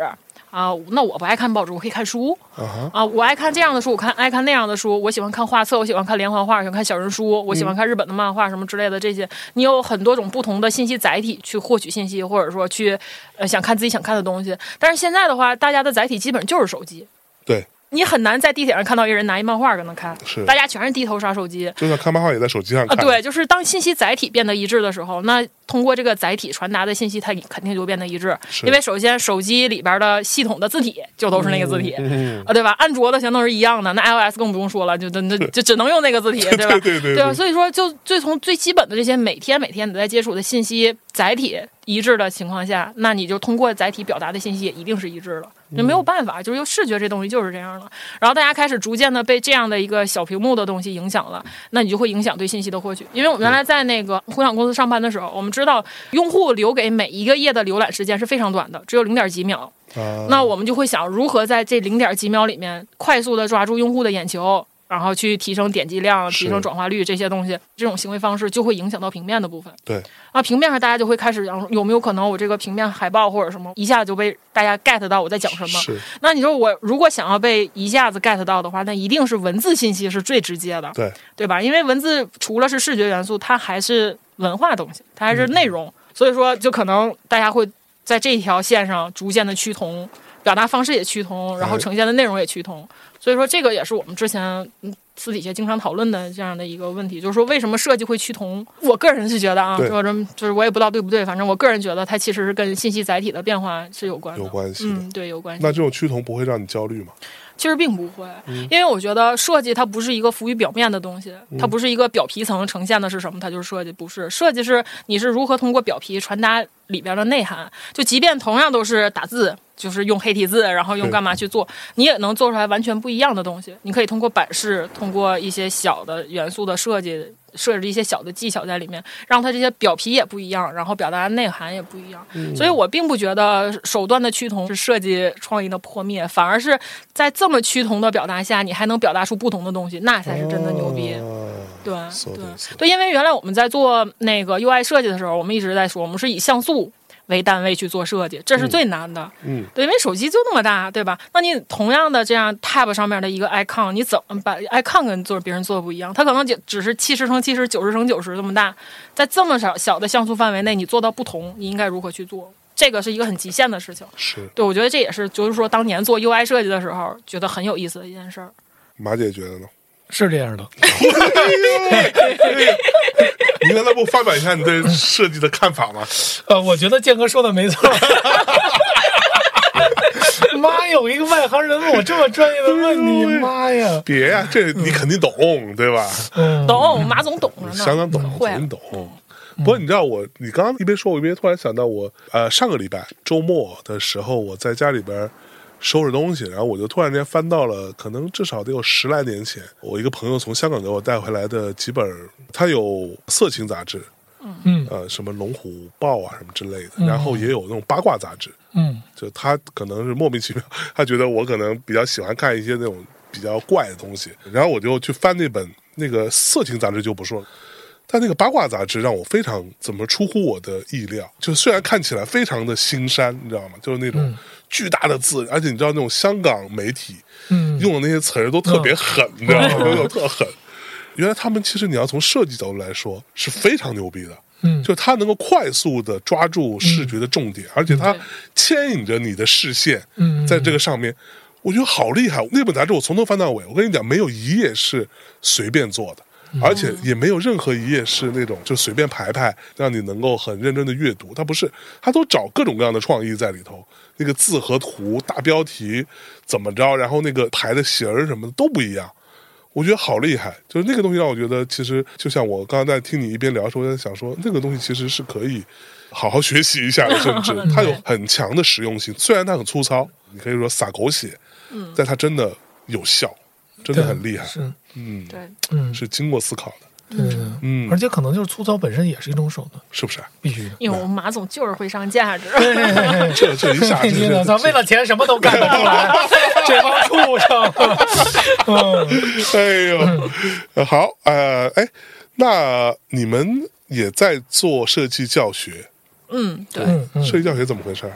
Speaker 2: 啊，那我不爱看报纸，我可以看书
Speaker 1: 啊哈，
Speaker 2: 啊，我爱看这样的书，我看爱看那样的书，我喜欢看画册，我喜欢看连环画，我喜欢看小人书，我喜
Speaker 1: 嗯
Speaker 2: 欢看日本的漫画什么之类的这些。你有很多种不同的信息载体去获取信息，或者说去呃想看自己想看的东西。但是现在的话，大家的载体基本就是手机。
Speaker 1: 对，
Speaker 2: 你很难在地铁上看到一个人拿一漫画搁那看，
Speaker 1: 是
Speaker 2: 大家全是低头刷手机
Speaker 1: 就算看漫画也在手机上
Speaker 2: 啊。
Speaker 1: 看，
Speaker 2: 对，，就是当信息载体变得一致的时候，那通过这个载体传达的信息，它肯定就变得一致。
Speaker 1: 是
Speaker 2: 因为首先手机里边的系统的字体就都是那个字体。
Speaker 1: 嗯，
Speaker 2: 啊，对吧？安卓的全都是一样的，那 iOS 更不用说了，就就就就只能用那个字
Speaker 1: <laughs>
Speaker 2: 体，对吧？
Speaker 1: 对对对
Speaker 2: 对吧？啊所以说，就最从最基本的这些每天每天你在接触的信息载体一致的情况下，那你就通过载体表达的信息也一定是一致了，就没有办法，就是视觉这东西就是这样了。然后大家开始逐渐的被这样的一个小屏幕的东西影响了，那你就会影响对信息的获取。因为我们原来在那个互联网公司上班的时候，我们知道用户留给每一个页的浏览时间是非常短的，只有零点几秒。
Speaker 1: 啊、
Speaker 2: 嗯那我们就会想如何在这零点几秒里面快速的抓住用户的眼球，然后去提升点击量、
Speaker 1: 是
Speaker 2: 提升转化率这些东西，这种行为方式就会影响到平面的部分。
Speaker 1: 对，
Speaker 2: 啊，平面上大家就会开始讲有没有可能我这个平面海报或者什么一下就被大家 get 到我在讲什么？
Speaker 1: 是
Speaker 2: 那你说我如果想要被一下子 get 到的话，那一定是文字信息是最直接的，
Speaker 1: 对
Speaker 2: 对吧？因为文字除了是视觉元素，它还是文化东西，它还
Speaker 1: 嗯
Speaker 2: 是内容，所以说就可能大家会在这一条线上逐渐的趋同，表达方式也趋同，然后
Speaker 1: 哎
Speaker 2: 呈现的内容也趋同，所以说这个也是我们之前嗯私底下经常讨论的这样的一个问题，就是说为什么设计会趋同？我个人是觉得啊，
Speaker 1: 对
Speaker 2: 说这就是我也不知道对不对，反正我个人觉得它其实是跟信息载体的变化是有关的，
Speaker 1: 有关系的。
Speaker 2: 嗯，对，有关系。
Speaker 1: 那这种趋同不会让你焦虑吗？
Speaker 2: 其实并不会，因为我觉得设计它不是一个浮于表面的东西，它不是一个表皮层呈现的是什么，它就是设计，不是设计是你是如何通过表皮传达里边的内涵。就即便同样都是打字，就是用黑体字，然后用
Speaker 1: 对
Speaker 2: 干嘛去做，你也能做出来完全不一样的东西。你可以通过版式，通过一些小的元素的设计，设置一些小的技巧在里面，让它这些表皮也不一样，然后表达内涵也不一样。
Speaker 1: 嗯
Speaker 2: 所以我并不觉得手段的趋同是设计创意的破灭，反而是在这么趋同的表达下，你还能表达出不同的东西，那才是真的牛逼。
Speaker 1: 啊
Speaker 2: 对
Speaker 1: ，so
Speaker 2: 对
Speaker 1: this-
Speaker 2: 对，因为原来我们在做那个 UI 设计的时候，我们一直在说，我们是以像素为单位去做设计，这是最难的。
Speaker 1: 嗯，
Speaker 2: 对，因为手机就那么大，对吧？那你同样的这样 Tab 上面的一个 icon，你怎么把 icon 跟做别人做的不一样？它可能就只是七十乘七十、九十乘九十这么大，在这么少小的像素范围内，你做到不同，你应该如何去做？这个是一个很极限的事情。
Speaker 1: 是
Speaker 2: 对，我觉得这也是，就是说当年做 UI 设计的时候，觉得很有意思的一件事儿。
Speaker 1: 马姐觉得呢？
Speaker 3: 是这样的，
Speaker 1: <laughs> 你刚才不发表一下你对设计的看法吗？ <laughs>
Speaker 3: 呃，我觉得建哥说的没错。妈，有一个外行人问我这么专业的问题，妈呀！
Speaker 1: 别呀、这你肯定懂，对吧？
Speaker 3: 嗯，
Speaker 2: 懂，马总懂着呢。
Speaker 1: 相当懂，
Speaker 2: 会啊
Speaker 1: 肯定懂。不过你知道我，你刚刚一边说，我一边突然想到我，呃，上个礼拜周末的时候，我在家里边收拾东西，然后我就突然间翻到了，可能至少得有十来年前，我一个朋友从香港给我带回来的几本，他有色情杂志，
Speaker 3: 嗯
Speaker 1: 呃，什么《龙虎豹》啊什么之类的，然后也有那种八卦杂志，
Speaker 3: 嗯
Speaker 1: 就他可能是莫名其妙，他觉得我可能比较喜欢看一些那种比比较怪的东西。然后我就去翻那本那个色情杂志就不说了。但那个八卦杂志让我非常怎么出乎我的意料，就虽然看起来非常的新山，你知道吗？就是那种巨大的字，而且你知道那种香港媒体
Speaker 3: 嗯
Speaker 1: 用的那些词儿都特别狠，你知道吗？都有特狠。原来他们其实你要从设计角度来说是非常牛逼的，
Speaker 3: 嗯
Speaker 1: 就它能够快速的抓住视觉的重点，而且它牵引着你的视线，
Speaker 3: 嗯
Speaker 1: 在这个上面，我觉得好厉害。那本杂志我从头翻到尾，我跟你讲，没有一页是随便做的。
Speaker 3: 嗯
Speaker 1: 而且也没有任何一页是那种就随便排排，让你能够很认真的阅读。它不是，它都找各种各样的创意在里头。那个字和图、大标题怎么着，然后那个排的型儿什么的都不一样。我觉得好厉害，就是那个东西让我觉得，其实就像我刚刚在听你一边聊的时候，我在想说，那个东西其实是可以好好学习一下的，甚至它有很强的实用性。虽然它很粗糙，你可以说撒狗血，嗯，但它真的有效，真的很厉害，
Speaker 3: 是，
Speaker 1: 嗯，
Speaker 2: 对，
Speaker 3: 嗯，
Speaker 1: 是经过思考的，
Speaker 3: 对，对
Speaker 1: 嗯，
Speaker 3: 而且可能就是粗糙本身也是一种手段，
Speaker 1: 是不是啊？
Speaker 3: 必须的。
Speaker 2: 因为我们马总就是会上价值。 <laughs>
Speaker 1: 这这一下
Speaker 3: 真的，
Speaker 1: 这
Speaker 3: 咱为了钱什么都干得出来，这帮畜
Speaker 1: <laughs>
Speaker 3: 生。
Speaker 1: 哎呦，好，呃，哎，那你们也在做设计教学，
Speaker 2: 嗯，对。
Speaker 3: 嗯嗯
Speaker 1: 设计教学怎么回事儿？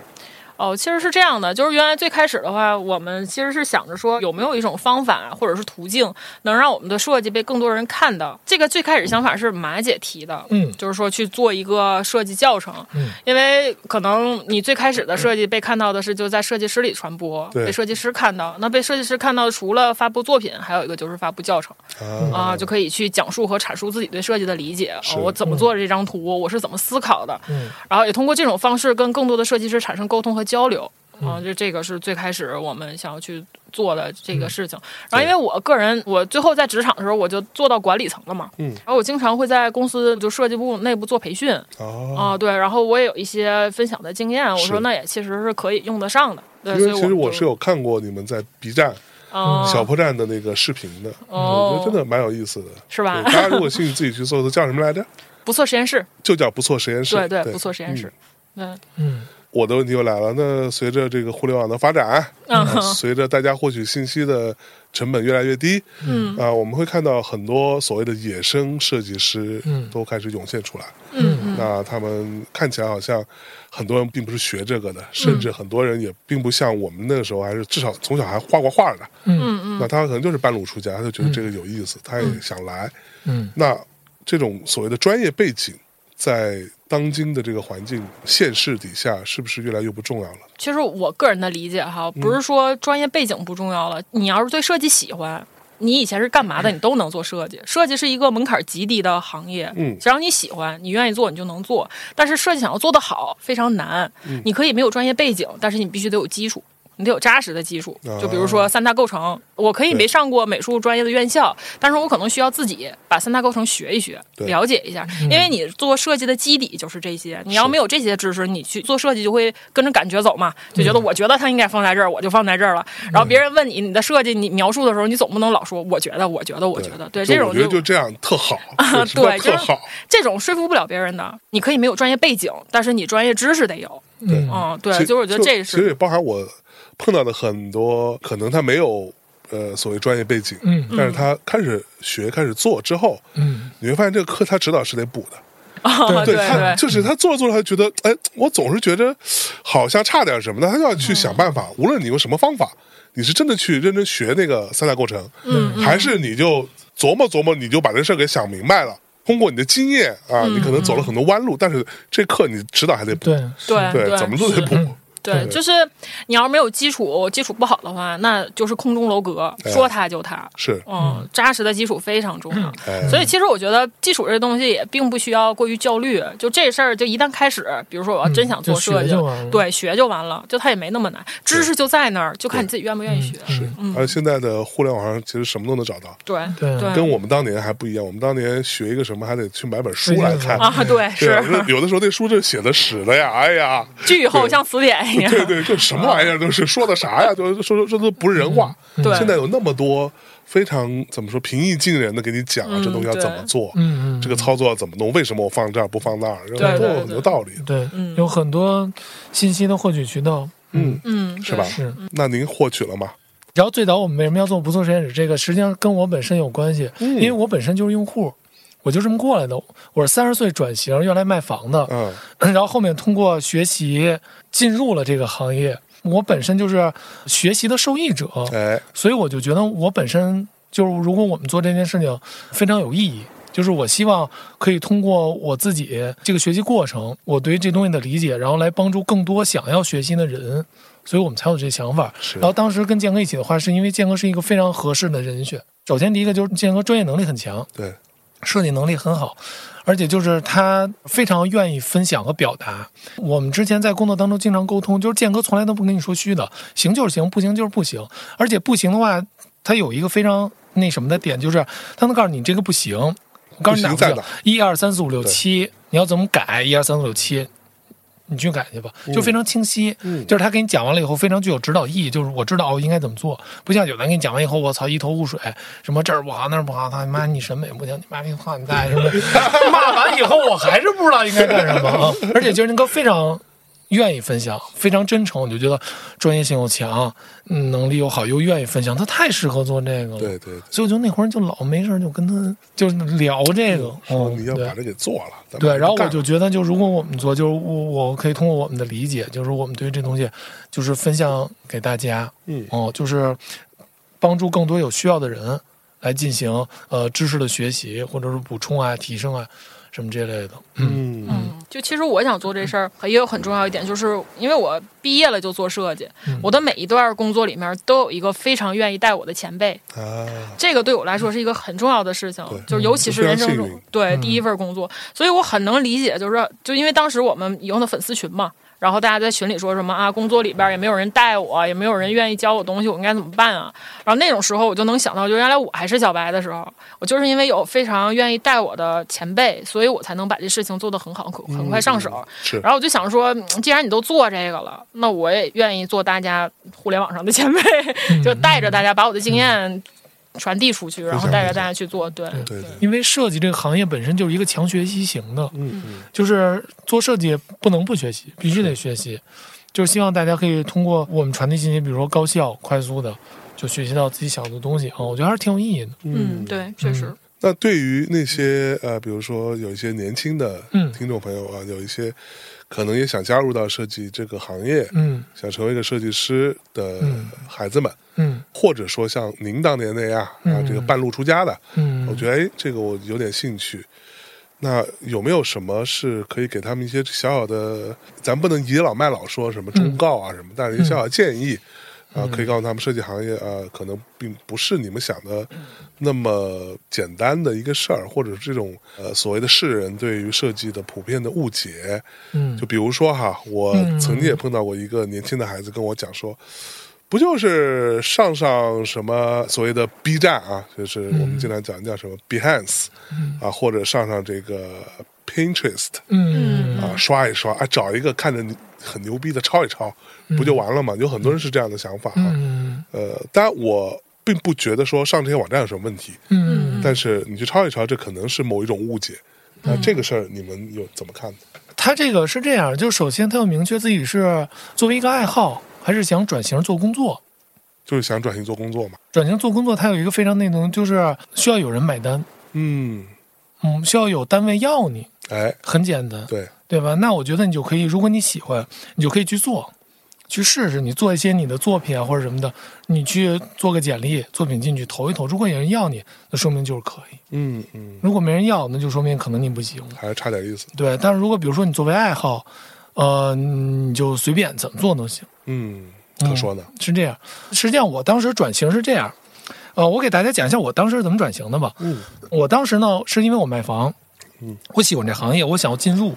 Speaker 2: 哦，其实是这样的，就是原来最开始的话，我们其实是想着说有没有一种方法或者是途径，能让我们的设计被更多人看到。这个最开始想法是马姐提的，
Speaker 3: 嗯
Speaker 2: 就是说去做一个设计教程，
Speaker 3: 嗯
Speaker 2: 因为可能你最开始的设计被看到的是就在设计师里传播，
Speaker 1: 对
Speaker 2: 被设计师看到，那被设计师看到，除了发布作品，还有一个就是发布教程。
Speaker 1: 啊，
Speaker 2: 啊，就可以去讲述和阐述自己对设计的理解，
Speaker 1: 是
Speaker 2: 哦、我怎么做这张图，我是怎么思考的，
Speaker 3: 嗯
Speaker 2: 然后也通过这种方式跟更多的设计师产生沟通和交流。
Speaker 1: 嗯
Speaker 2: 啊，就这个是最开始我们想要去做的这
Speaker 1: 嗯
Speaker 2: 个事情。然后，因为我个人，我最后在职场的时候，我就做到管理层了嘛。
Speaker 1: 嗯
Speaker 2: 然后我经常会在公司就设计部内部做培训
Speaker 1: 哦，
Speaker 2: 啊，对。然后我也有一些分享的经验，我
Speaker 1: 是
Speaker 2: 说那也其实是可以用得上的。对，
Speaker 1: 因
Speaker 2: 所
Speaker 1: 为
Speaker 2: 以
Speaker 1: 其实我
Speaker 2: 就是
Speaker 1: 有看过你们在 B 站
Speaker 2: 嗯
Speaker 1: 小破站的那个视频的，嗯我
Speaker 2: 哦啊
Speaker 1: 觉得真的蛮有意思的，
Speaker 2: 是吧
Speaker 1: 对大家如果兴趣，自己去搜搜，叫什么来着？ <laughs>
Speaker 2: 不错实验室，
Speaker 1: 就叫不错实验室。
Speaker 2: 对
Speaker 1: 对，
Speaker 2: 不错实验室
Speaker 1: 嗯。，
Speaker 2: 嗯
Speaker 3: 嗯
Speaker 1: 我的问题又来了，那随着这个互联网的
Speaker 2: <laughs>
Speaker 1: 发展，
Speaker 2: 嗯
Speaker 1: 啊随着大家获取信息的成本越来越低，
Speaker 2: 嗯
Speaker 1: 啊，我们会看到很多所谓的野生设计师
Speaker 3: 嗯
Speaker 1: 都开始涌现出来。
Speaker 2: 嗯嗯
Speaker 1: 那他们看起来好像很多人并不是学这
Speaker 2: 嗯
Speaker 1: 个的，甚至很多人也并不像我们那个时候，还是至少从小还画过画的。
Speaker 3: 嗯
Speaker 1: 那他可能就是半路出家，他就觉得这个有意思，他也想来。
Speaker 3: 嗯
Speaker 1: 那这种所谓的专业背景，在当今的这个环境现实底下，是不是越来越不重要了？
Speaker 2: 其实我个人的理解哈，不是说专业背景不重要了，你要是对设计喜欢。你以前是干嘛的？你都能做设计。设计是一个门槛极低的行业，
Speaker 1: 嗯
Speaker 2: 只要你喜欢，你愿意做，你就能做。但是设计想要做得好非常难，
Speaker 1: 嗯
Speaker 2: 你可以没有专业背景，但是你必须得有基础，你得有扎实的基础
Speaker 1: 啊。
Speaker 2: 就比如说三大构成，我可以
Speaker 1: 对
Speaker 2: 没上过美术专业的院校，但是我可能需要自己把三大构成学一学，
Speaker 1: 对
Speaker 2: 了解一下，因为你做设计的基底就是这些。你要没有这些知识，你去做设计就会跟着感觉走嘛，
Speaker 1: 嗯
Speaker 2: 就觉得我觉得它应该放在这儿，我就放在这儿了。然后别人问你你的设计，你描述的时候，你总不能老说我觉得，我觉得，我觉得，对这
Speaker 1: 我
Speaker 2: 种
Speaker 1: 觉得
Speaker 2: 就啊
Speaker 1: 就这样特
Speaker 2: <laughs>
Speaker 1: 好，什么叫
Speaker 2: 对，
Speaker 1: 特
Speaker 2: 就是
Speaker 1: 好，
Speaker 2: 这种说服不了别人的。你可以没有专业背景，但是你专业知识得有。
Speaker 3: 嗯
Speaker 2: 嗯，对，
Speaker 1: 其
Speaker 2: 就是我觉得
Speaker 1: 就
Speaker 2: 这
Speaker 1: 其实
Speaker 2: 是
Speaker 1: 也包含我碰到的很多，可能他没有呃所谓专业背景，
Speaker 3: 嗯
Speaker 1: 但是他开始学、开始做之后，
Speaker 3: 嗯，
Speaker 1: 你会发现这个课他指导是得补的。
Speaker 2: <laughs> 啊，对
Speaker 1: 他
Speaker 2: 对。
Speaker 1: 就是他做着做着，他觉得，哎，我总是觉得好像差点什么的，他就要去想办法。无论你用什么方法，你是真的去认真学那个三大构成，嗯，还是你就琢磨琢磨，你就把这事儿给想明白了。通过你的经验啊，你可能走了很多弯路，但是这课你指导还得补，
Speaker 3: 对，
Speaker 2: 对
Speaker 1: 对，怎么都得
Speaker 2: 是
Speaker 1: 补。
Speaker 2: 对，
Speaker 1: 对
Speaker 2: 就是你要是没有基础，基础不好的话，那就是空中楼阁，
Speaker 1: 哎
Speaker 2: 说塌就塌。
Speaker 1: 是，
Speaker 2: 嗯，扎实的基础非常重要。
Speaker 1: 哎，
Speaker 2: 所以其实我觉得基础这东西也并不需要过于焦虑，就这事儿就一旦开始，比如说我要真想做设计，
Speaker 3: 嗯就学就完了
Speaker 2: 对，学就完了，就它也没那么难，知识就在那儿，就看你自己愿不愿意学。嗯
Speaker 1: 是，而现在的互联网上其实什么都能找到，
Speaker 2: 对
Speaker 3: 对
Speaker 1: 跟我们当年还不一样。我们当年学一个什么，还得去买本书
Speaker 3: 对
Speaker 1: 来看。
Speaker 2: 啊，对，
Speaker 1: <laughs> 对啊，
Speaker 2: 是
Speaker 1: 那有的时候那书这写的屎的呀，哎
Speaker 2: <laughs>
Speaker 1: 呀，
Speaker 2: 巨厚像词典一样。
Speaker 1: 对对，这什么玩意儿都是说的啥呀？都说说说都不是人话。
Speaker 2: 嗯对
Speaker 1: 现在有那么多非常怎么说平易近人的给你讲啊，
Speaker 2: 嗯
Speaker 1: 这东西要怎么做，
Speaker 3: 嗯嗯，
Speaker 1: 这个操作要怎么弄，为什么我放这儿不放那儿，
Speaker 2: 对
Speaker 1: 都有
Speaker 2: 对
Speaker 1: 很多道理。
Speaker 3: 对，有很多信息的获取渠道，
Speaker 1: 嗯，
Speaker 2: 嗯，
Speaker 1: 是吧
Speaker 2: 对
Speaker 3: 是
Speaker 1: 那您获取了吗？
Speaker 3: 然后最早我们为什么要做不做实验室？这个实际上跟我本身有关系，因为我本身就是用户，我就这么过来的。我是三十岁转型，原来卖房的，
Speaker 1: 嗯，
Speaker 3: 然后后面通过学习进入了这个行业。我本身就是学习的受益者，
Speaker 1: 哎，
Speaker 3: 所以我就觉得我本身就是，如果我们做这件事情非常有意义，就是我希望可以通过我自己这个学习过程，我对于这东西的理解，然后来帮助更多想要学习的人，所以我们才有这想法。
Speaker 1: 是
Speaker 3: 然后当时跟建哥一起的话，是因为建哥是一个非常合适的人选。首先，第一个就是建哥专业能力很强，
Speaker 1: 对，
Speaker 3: 设计能力很好，而且就是他非常愿意分享和表达。我们之前在工作当中经常沟通，就是建哥从来都不跟你说虚的，行就是行，不行就是不行。而且不行的话，他有一个非常那什么的点，就是他能告诉你这个不行，我告诉你哪
Speaker 1: 不行在
Speaker 3: 不
Speaker 1: 哪
Speaker 3: 行，一二三四五六七，你要怎么改？一二三四五六七。你去改去吧，就非常清晰。就是他给你讲完了以后，非常具有指导意义。就是我知道哦应该怎么做，不像有的人给你讲完以后，我操一头雾水，什么这儿不好那儿不好，他妈你审美不行，你妈逼操你大爷什么的。骂完以后，我还是不知道应该干什么啊。而且就是那个非常愿意分享，非常真诚，我就觉得专业性又强，嗯，能力又好，又愿意分享，他太适合做这个了。
Speaker 1: 对对对
Speaker 3: 所以我就那会儿就老没事儿就跟他就是聊这个，
Speaker 1: 说
Speaker 3: 嗯
Speaker 1: 你要
Speaker 3: 对
Speaker 1: 把这给做了，咱们
Speaker 3: 对，然后我
Speaker 1: 干
Speaker 3: 就觉得，就如果我们做，就是我我可以通过我们的理解，就是我们对于这东西，就是分享给大家，
Speaker 1: 嗯
Speaker 3: 哦，就是帮助更多有需要的人来进行呃知识的学习，或者是补充啊、提升啊什么这类的。嗯，
Speaker 1: 嗯
Speaker 2: 就其实我想做这事儿，也有很重要一点，就是因为我毕业了就做设计，
Speaker 1: 嗯
Speaker 2: 我的每一段工作里面都有一个非常愿意带我的前辈，
Speaker 1: 啊，
Speaker 2: 这个对我来说是一个很重要的事情
Speaker 1: 对，
Speaker 2: 就是尤其是人生中
Speaker 1: 嗯
Speaker 2: 对第一份工作，所以我很能理解，就是就因为当时我们有的粉丝群嘛，然后大家在群里说什么啊，工作里边也没有人带我，也没有人愿意教我东西，我应该怎么办啊？然后那种时候我就能想到，就原来我还是小白的时候，我就是因为有非常愿意带我的前辈，所以我才能把这事情做得很好，很很快上手。
Speaker 1: 嗯是
Speaker 2: 然后我就想说，嗯既然你都做这个了，那我也愿意做大家互联网上的前辈，就带着大家把我的经验传递出去，然后带着大家去做。对，嗯
Speaker 1: 对对，
Speaker 3: 因为设计这个行业本身就是一个强学习型的，
Speaker 1: 嗯嗯，
Speaker 3: 就是做设计不能不学习，必须得学习。就是希望大家可以通过我们传递信息，比如说高效、快速的，就学习到自己想的东西啊、我觉得还是挺有意义的。
Speaker 2: 嗯，对，确实，
Speaker 1: 那对于那些呃，比如说有一些年轻的
Speaker 3: 嗯
Speaker 1: 听众朋友啊，有一些可能也想加入到设计这个行业，
Speaker 3: 嗯
Speaker 1: 想成为一个设计师的
Speaker 3: 嗯
Speaker 1: 孩子们，
Speaker 3: 嗯
Speaker 1: 或者说像您当年那样啊，
Speaker 3: 嗯
Speaker 1: 这个半路出家的，
Speaker 3: 嗯，
Speaker 1: 我觉得哎，这个我有点兴趣。那有没有什么是可以给他们一些小小的？咱不能倚老卖老，说什么忠告啊什么，但是一些小小建议啊，可以告诉他们，设计行业啊，可能并不是你们想的那么简单的一个事儿，或者这种呃所谓的世人对于设计的普遍的误解。
Speaker 3: 嗯
Speaker 1: 就比如说哈，我
Speaker 3: 嗯
Speaker 1: 曾经也碰到过一个年轻的孩子跟我讲说，不就是上上什么所谓的 B 站啊，就是我
Speaker 3: 嗯
Speaker 1: 们经常讲叫什么 Behance 啊，或者上上这个 Pinterest
Speaker 3: 嗯
Speaker 1: 啊，刷一刷啊，找一个看着你很牛逼的抄一抄，不就完了吗？有很多人是这样的想法啊。
Speaker 3: 嗯
Speaker 1: 呃，当然我并不觉得说上这些网站有什么问题，
Speaker 3: 嗯，嗯
Speaker 1: 但是你去抄一抄，这可能是某一种误解。那
Speaker 2: 嗯
Speaker 1: 这个事儿你们有怎么看呢？
Speaker 3: 他这个是这样，就首先他要明确自己是作为一个爱好，还是想转型做工作。
Speaker 1: 就是想转型做工作嘛？
Speaker 3: 转型做工作，它有一个非常那种，就是需要有人买单，
Speaker 1: 嗯，
Speaker 3: 嗯，需要有单位要你，
Speaker 1: 哎，
Speaker 3: 很简单，
Speaker 1: 对，
Speaker 3: 对吧？那我觉得你就可以，如果你喜欢，你就可以去做，去试试，你做一些你的作品啊或者什么的，你去做个简历，作品进去投一投，如果有人要你，那说明就是可以；
Speaker 1: 嗯嗯，
Speaker 3: 如果没人要，那就说明可能你不行。
Speaker 1: 还是差点意思。
Speaker 3: 对，但是如果比如说你作为爱好，呃，你就随便怎么做都行，
Speaker 1: 嗯，
Speaker 3: 嗯
Speaker 1: 可说呢。
Speaker 3: 是这样。实际上我当时转型是这样，呃，我给大家讲一下我当时是怎么转型的吧。
Speaker 1: 嗯，
Speaker 3: 我当时呢是因为我卖房，
Speaker 1: 嗯，
Speaker 3: 我喜欢这行业，我想要进入，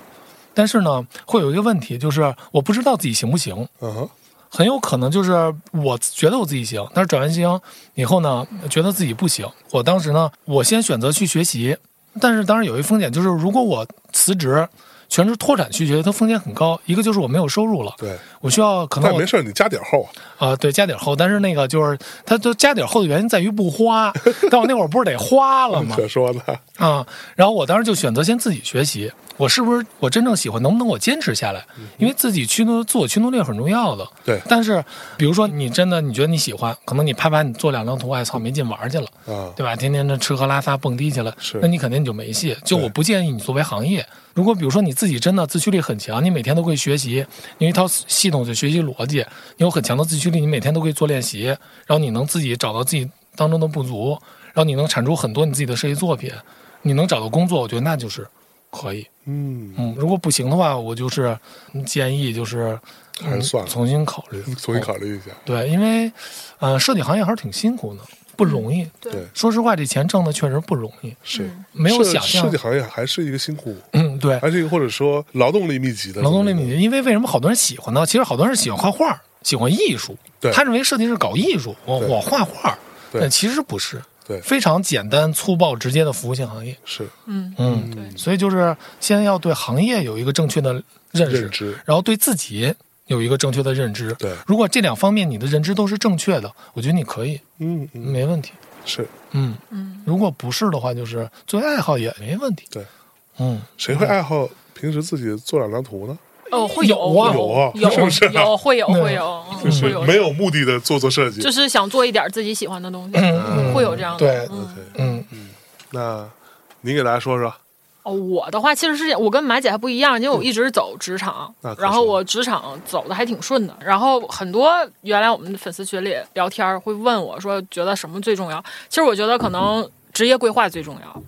Speaker 3: 但是呢会有一个问题，就是我不知道自己行不行。
Speaker 1: 嗯哼，
Speaker 3: 很有可能就是我觉得我自己行，但是转完型以后呢，觉得自己不行。我当时呢，我先选择去学习，但是当然有一风险，就是如果我辞职全职拓展去学，它风险很高。一个就是我没有收入了，
Speaker 1: 对，
Speaker 3: 我需要可能
Speaker 1: 但
Speaker 3: 我
Speaker 1: 没事儿，你加点厚啊。
Speaker 3: 啊、对，加点厚，但是那个就是它就加点厚的原因在于不
Speaker 1: <laughs>
Speaker 3: 花，但我那会儿不是得花了吗？
Speaker 1: 可说
Speaker 3: <laughs>
Speaker 1: 呢，
Speaker 3: 啊，然后我当时就选择先自己学习，我是不是我真正喜欢，能不能我坚持下来？因为自己驱动自我驱动力很重要的。
Speaker 1: 对
Speaker 3: 但是比如说你真的你觉得你喜欢，可能你拍拍你做两张图，哎操，没劲玩儿去了。
Speaker 1: 啊，
Speaker 3: 对吧？天天的吃喝拉撒蹦迪去了，
Speaker 1: 是
Speaker 3: 那你肯定你就没戏。就我不建议你作为行业，如果比如说你自己真的自驱力很强，你每天都会学习，你有一套系统去学习逻辑，你有很强的自驱力，你每天都会做练习，然后你能自己找到自己当中的不足，然后你能产出很多你自己的设计作品，你能找到工作，我觉得那就是可以。
Speaker 1: 嗯，
Speaker 3: 嗯，如果不行的话，我就是建议就是嗯
Speaker 1: 还是算了嗯
Speaker 3: 重新考虑，
Speaker 1: 重新考虑一下。
Speaker 3: 对，因为，呃，设计行业还是挺辛苦的，不容易。
Speaker 2: 对
Speaker 1: 对
Speaker 3: 说实话，这钱挣的确实不容易，
Speaker 1: 是
Speaker 3: 没
Speaker 1: 设
Speaker 3: 有想象
Speaker 1: 设计。行业还是一个辛苦，
Speaker 3: 嗯，对，
Speaker 1: 还是一个或者说劳动力密集的
Speaker 3: 劳动力密集。因为为什么好多人喜欢呢？其实好多人喜欢画画，喜欢艺术
Speaker 1: 对，
Speaker 3: 他认为设计是搞艺术，我
Speaker 1: 对
Speaker 3: 我画画，
Speaker 1: 对
Speaker 3: 但其实不是，
Speaker 1: 对
Speaker 3: 非常简单粗暴直接的服务性行业。
Speaker 1: 是
Speaker 2: 嗯，
Speaker 3: 嗯，
Speaker 2: 对
Speaker 3: 所以就是先要对行业有一个正确的认识，
Speaker 1: 认知
Speaker 3: 然后对自己有一个正确的认知。
Speaker 1: 对
Speaker 3: 如果这两方面你的认知都是正确的，我觉得你可以，
Speaker 1: 嗯嗯
Speaker 3: 没问题。
Speaker 1: 是
Speaker 3: 嗯，如果不是的话，就是作为爱好也没问题。
Speaker 1: 对，
Speaker 3: 嗯，
Speaker 1: 谁会爱好平时自己做两张图呢？
Speaker 2: 哦，会有
Speaker 3: 有啊
Speaker 1: 有啊
Speaker 2: 有
Speaker 1: 是不是啊
Speaker 2: 有会有
Speaker 3: 嗯
Speaker 2: 会有，嗯
Speaker 1: 就
Speaker 2: 会
Speaker 1: 是
Speaker 2: 有
Speaker 1: 没有目的的做做设计
Speaker 2: 就。是想做一点自己喜欢的东西，会有这样的。
Speaker 3: 对
Speaker 2: 嗯
Speaker 1: OK，
Speaker 3: 嗯，
Speaker 1: 那您给大家说说， <laughs>
Speaker 2: 哦，我的话其实是我跟马姐还不一样，因为我一直走职场，
Speaker 1: 嗯那可
Speaker 2: 然后
Speaker 1: 是
Speaker 2: 我职场走的还挺顺的。然后很多原来我们的粉丝群里聊天儿会问我说，觉得什么最重要？其实我觉得可
Speaker 1: 嗯
Speaker 2: 能职业规划最重要。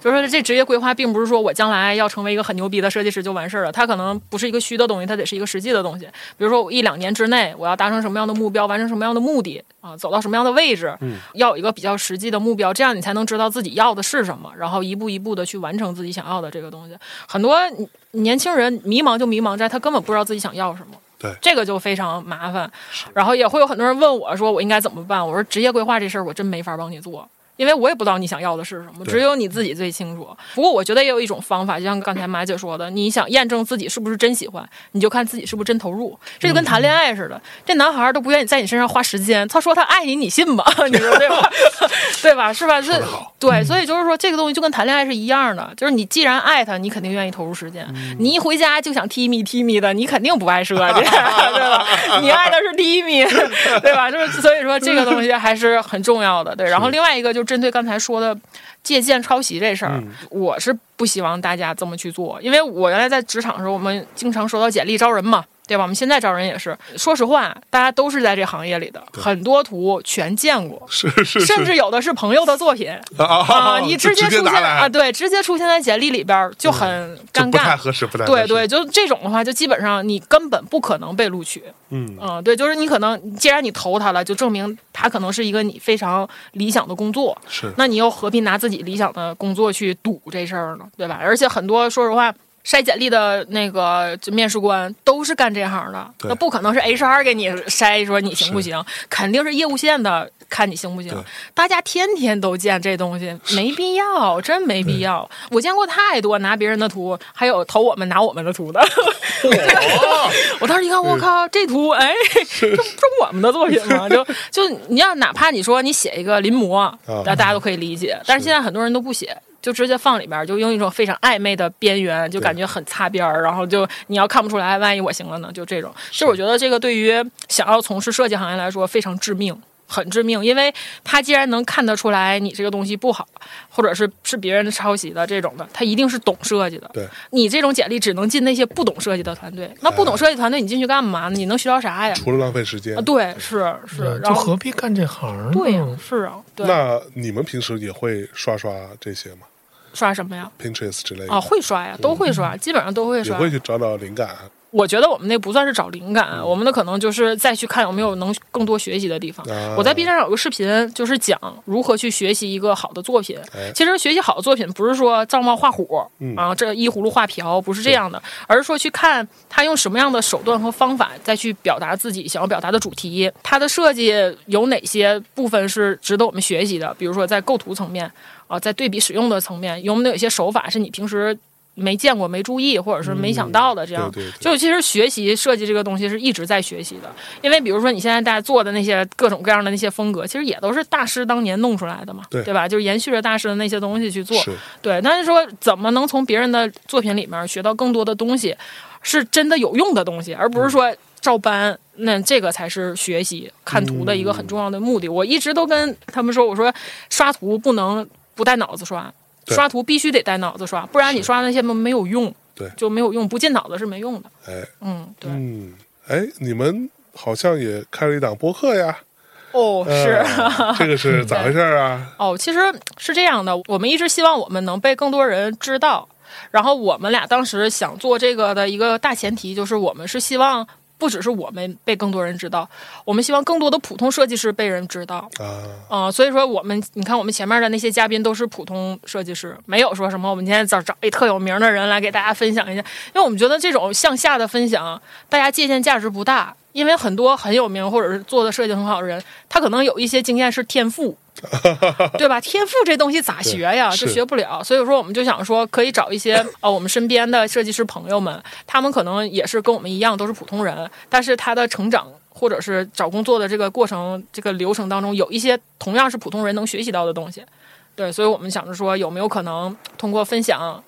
Speaker 2: 就是说，这职业规划并不是说我将来要成为一个很牛逼的设计师就完事儿了，它可能不是一个虚的东西，它得是一个实际的东西。比如说，我一两年之内我要达成什么样的目标，完成什么样的目的啊，走到什么样的位置，要有一个比较实际的目标，这样你才能知道自己要的是什么，然后一步一步的去完成自己想要的这个东西。很多你年轻人迷茫就迷茫在他根本不知道自己想要什么。
Speaker 1: 对
Speaker 2: 这个就非常麻烦，然后也会有很多人问我说我应该怎么办？我说职业规划这事儿我真没法帮你做，因为我也不知道你想要的是什么，
Speaker 1: 对
Speaker 2: 只有你自己最清楚。不过我觉得也有一种方法，就像刚才马姐说的，你想验证自己是不是真喜欢，你就看自己是不是真投入。这就
Speaker 1: 嗯
Speaker 2: 跟谈恋爱似的，这男孩儿都不愿意在你身上花时间，他说他爱你，你信吗？ <laughs> 你说对吧？对吧？是吧？这
Speaker 1: 得好嗯
Speaker 2: 对，所以就是说这个东西就跟谈恋爱是一样的，就是你既然爱他，你肯定愿意投入时间。
Speaker 1: 嗯
Speaker 2: 你一回家就想踢米踢米的，你肯定不爱设计， <laughs> 对吧？你爱的是踢米，
Speaker 1: <laughs>
Speaker 2: 对吧？就是所以说这个东西还是很重要的。对，然后另外一个就针对刚才说的借鉴抄袭这事儿，
Speaker 1: 嗯
Speaker 2: 我是不希望大家这么去做，因为我原来在职场的时候，我们经常收到简历招人嘛。对吧？我们现在招人也是，说实话，大家都是在这行业里的，很多图全见过，
Speaker 1: 是是是哦
Speaker 2: 甚至有的是朋友的作
Speaker 1: <laughs>
Speaker 2: 品啊，你
Speaker 1: 直
Speaker 2: 直接出现
Speaker 1: 拿来
Speaker 2: 啊，对，直接出现在简历里边儿就很
Speaker 1: 就
Speaker 2: 尴
Speaker 1: 不太
Speaker 2: 尬。
Speaker 1: 合适，不太合
Speaker 2: 对
Speaker 1: 适
Speaker 2: 对，，就这种的话，就基本上你根本不可能被录取。
Speaker 1: 嗯
Speaker 2: 嗯，对，就是你可能既然你投他了，就证明他可能是一个你非常理想的工作。
Speaker 1: 是
Speaker 3: 嗯
Speaker 2: 那你又何必拿自己理想的工作去赌这事儿呢？对吧？而且很多说实话。筛简历的那个就面试官都是干这行的，
Speaker 1: 对
Speaker 2: 那不可能是 HR 给你筛说你行不
Speaker 1: 是
Speaker 2: 行，肯定是业务线的看你行不行
Speaker 1: 对。
Speaker 2: 大家天天都见这东 <laughs> 西，没必要，真没必要。我见过太多拿别人的图，还有投我们拿我们的图的。 <laughs> 我当时一看，我靠，这图，哎，这不哦是我们的作品 <laughs> 吗？就就你要哪怕你说你写一个临摹，大家都可以理解，啊但是现在很多人都不写。就直接放里边儿，就用一种非常暧昧的边缘，就感觉很擦边儿，然后就你要看不出来，万一我行了呢？就这种，就是我觉得这个对于想要从事设计行业来说非常致命，很致命，因为他既然能看得出来你这个东西不好，或者是是别人抄袭的这种的，他一定是懂设计的。
Speaker 1: 对，哎
Speaker 2: 你这种简历只能进那些不懂设计的团队，那不懂设计团队你进去干嘛呢？你能学到啥呀？
Speaker 1: 除了浪费时间
Speaker 2: 啊，。对，是是，
Speaker 3: 就嗯
Speaker 2: 然后
Speaker 3: 何必干这行呢？
Speaker 2: 对呀、是啊，对，
Speaker 1: 那你们平时也会刷刷这些吗
Speaker 2: 刷什么呀？
Speaker 1: ？Pinterest 之类
Speaker 2: 啊，
Speaker 1: 的，
Speaker 2: 会刷呀，都会刷，基本上都
Speaker 1: 嗯
Speaker 2: 会
Speaker 1: 也
Speaker 2: 刷。
Speaker 1: 会去嗯找找灵感啊
Speaker 2: 我觉得我们那不算是找灵感，啊我们的可能就是再去看有没有能更多学习的地方。
Speaker 1: 啊
Speaker 2: 我在 B 站上有个视频，就是讲如何去学习一个好的作品。
Speaker 1: 哎
Speaker 2: 其实学习好的作品不是说照猫画虎、
Speaker 1: 嗯
Speaker 2: 啊，这依葫芦画瓢，不是这样的，而是说去看他用什么样的手段和方法再去表达自己想要表达的主题，他的设计有哪些部分是值得我们学习的？比如说在构图层面啊，在对比使用的层面，有没有一些手法是你平时没见过、没注意，或者是没
Speaker 1: 嗯
Speaker 2: 想到的这样。
Speaker 1: 啊对对对
Speaker 2: 就其实学习设计这个东西是一直在学习的，因为比如说你现在大家做的那些各种各样的那些风格，其实也都是大师当年弄出来的嘛，
Speaker 1: 对
Speaker 2: 吧？就是延续着大师的那些东西去做。
Speaker 1: 是
Speaker 2: 对，但是说怎么能从别人的作品里面学到更多的东西，是真的有用的东西，而
Speaker 1: 嗯
Speaker 2: 不是说照搬。那这个才是学习看图的一个很重要的目的。我一直都跟他们说，我说刷图不能不带脑子刷，
Speaker 1: 对
Speaker 2: 刷图必须得带脑子刷，不然你刷那些没没有用，
Speaker 1: 对
Speaker 2: 就没有用，不进脑子是没用的。
Speaker 1: 哎，
Speaker 2: 嗯，对，
Speaker 1: 嗯，哎，你们好像也开了一档播客呀？
Speaker 2: 哦，
Speaker 1: 呃
Speaker 2: 是。
Speaker 1: 这个是咋回事儿
Speaker 2: <laughs>
Speaker 1: 啊？
Speaker 2: 哦，其实是这样的，我们一直希望我们能被更多人知道。然后我们俩当时想做这个的一个大前提，就是我们是希望不只是我们被更多人知道，我们希望更多的普通设计师被人知道。
Speaker 1: 啊，
Speaker 2: 啊、所以说我们，你看我们前面的那些嘉宾都是普通设计师，没有说什么我们今天找找一特有名的人来给大家分享一下，因为我们觉得这种向下的分享，大家借鉴价值不大，因为很多很有名或者是做的设计很好的人，他可能有一些经验是
Speaker 1: <laughs>
Speaker 2: 天赋。对吧？天赋这东西咋学呀？
Speaker 1: 对
Speaker 2: 这
Speaker 1: 是
Speaker 2: 学不了。所以说，我们就想说，可以找一些呃，我们身边的设计师朋友们，他们可能也是跟我们一样，都是普通人，但是他的成长或者是找工作的这个过程、这个流程当中，有一些同样是普通人能学习到的东西。对，所以我们想着说，有没有可能通过分享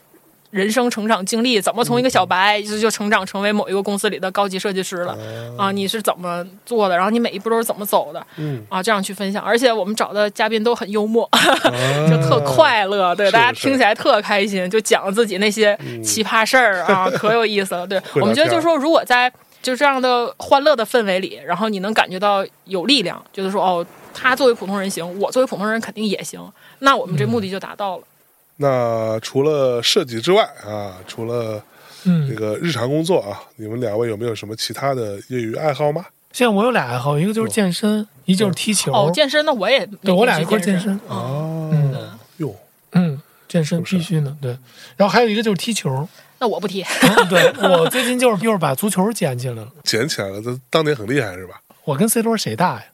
Speaker 2: 人生成长经历，怎么从一个
Speaker 1: 嗯
Speaker 2: 小白就就成长成为某一个公司里的高级设计师了
Speaker 1: 哦
Speaker 2: 啊？你是怎么做的？然后你每一步都是怎么走的？
Speaker 1: 嗯
Speaker 2: 啊，这样去分享。而且我们找的嘉宾都很幽默， <laughs> 就特
Speaker 1: 啊
Speaker 2: 快乐，
Speaker 1: 嗯
Speaker 2: 对
Speaker 1: 是
Speaker 2: 大家
Speaker 1: 是嗯
Speaker 2: 听起来特开心，就讲自己那些奇葩事儿
Speaker 1: <laughs>
Speaker 2: 啊，可有意思了。对
Speaker 1: 会
Speaker 2: 我们
Speaker 1: 聊
Speaker 2: 觉得就
Speaker 1: 天
Speaker 2: 是说，如果在就这样的欢乐的氛围里，然后你能感觉到有力量，觉得说哦，他作为普通人行，我作为普通人肯定也行，那我们这
Speaker 1: 嗯
Speaker 2: 目的就达到了。
Speaker 1: 那除了设计之外啊，除了这
Speaker 3: 嗯，
Speaker 1: 个日常工作啊，你们两位有没有什么其他的业余爱好吗？
Speaker 3: 现在我有俩爱好，一个就是健身，一就是踢球。
Speaker 2: 哦，健身那我也没
Speaker 3: 啊对我俩
Speaker 2: 空
Speaker 3: 一
Speaker 2: 去
Speaker 3: 块儿
Speaker 2: 健
Speaker 3: 健身，
Speaker 2: 嗯，
Speaker 1: 哦，哟，
Speaker 3: 嗯，健身必须的，对。然后还有一个就是
Speaker 2: <laughs>
Speaker 3: 踢球，
Speaker 2: 那我不踢，
Speaker 3: 嗯对我最近就是又是把足球捡起来了。
Speaker 1: 捡起来了，这当年很厉害是吧？
Speaker 3: 我跟 C 罗
Speaker 2: <laughs>
Speaker 3: 谁大呀？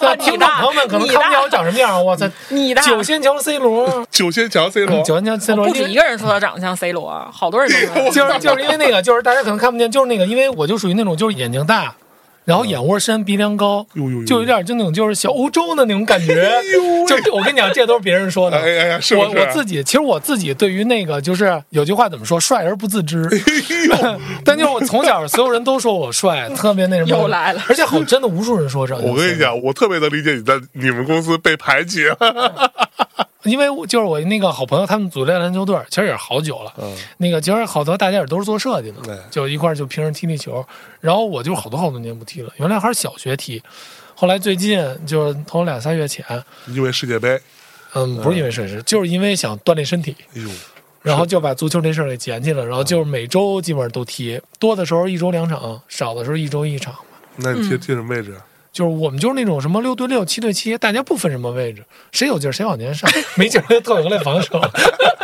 Speaker 3: 对，听众朋友们可能
Speaker 2: 你
Speaker 3: 看不见我
Speaker 2: 大，
Speaker 3: 长什么样，哇塞，
Speaker 2: 你大，
Speaker 3: 九仙桥 C 罗，
Speaker 1: 九仙桥 C 罗，
Speaker 3: 嗯九仙桥 C 罗
Speaker 2: 不止一个人说他长得像 C 罗，好多人都说他。
Speaker 3: <laughs> 就是就是因为那个，就是大家可能看不见，就是那个，因为我就属于那种就是眼睛大，然后眼窝深，鼻梁高
Speaker 1: 嗯呦呦呦，
Speaker 3: 就有点就那种就是小欧洲的那种感觉。就我跟你讲，这都是别人说的
Speaker 1: <laughs> 哎。哎呀，是不
Speaker 3: 我
Speaker 1: 是？
Speaker 3: 我自己其实我自己对于那个就是有句话怎么说，帅而不自知。
Speaker 1: <laughs> 哎呦，
Speaker 3: 但就是我从小所有人都说我帅，特别那什么。
Speaker 2: 又来了
Speaker 3: 而且好真的无数人说这。
Speaker 1: 我跟你，讲，我特别能理解你在你们公司被排挤。
Speaker 3: 因为我就是我那个好朋友，他们组练篮球队儿，其实也是好久了。那个其实好多大家也都是做设计
Speaker 1: 对
Speaker 3: 的，就一块儿就平时踢踢球。然后我就好多好多年不踢了，原来还是小学踢，后来最近就是头两三月前，
Speaker 1: <laughs> 因为世界杯，
Speaker 3: 嗯，不是因为设计师，就是因为想锻炼身体，
Speaker 1: 哎呦，
Speaker 3: 然后就把足球这事儿给捡起来，然后就是每周基本上都踢，多的时候一周两场，少的时候一周一场。
Speaker 1: 那你贴贴什么位置啊？
Speaker 3: 就是我们就是那种什么六对六、七对七，大家不分什么位置，谁有劲儿谁往前上，没劲儿就特有来防守。 <laughs>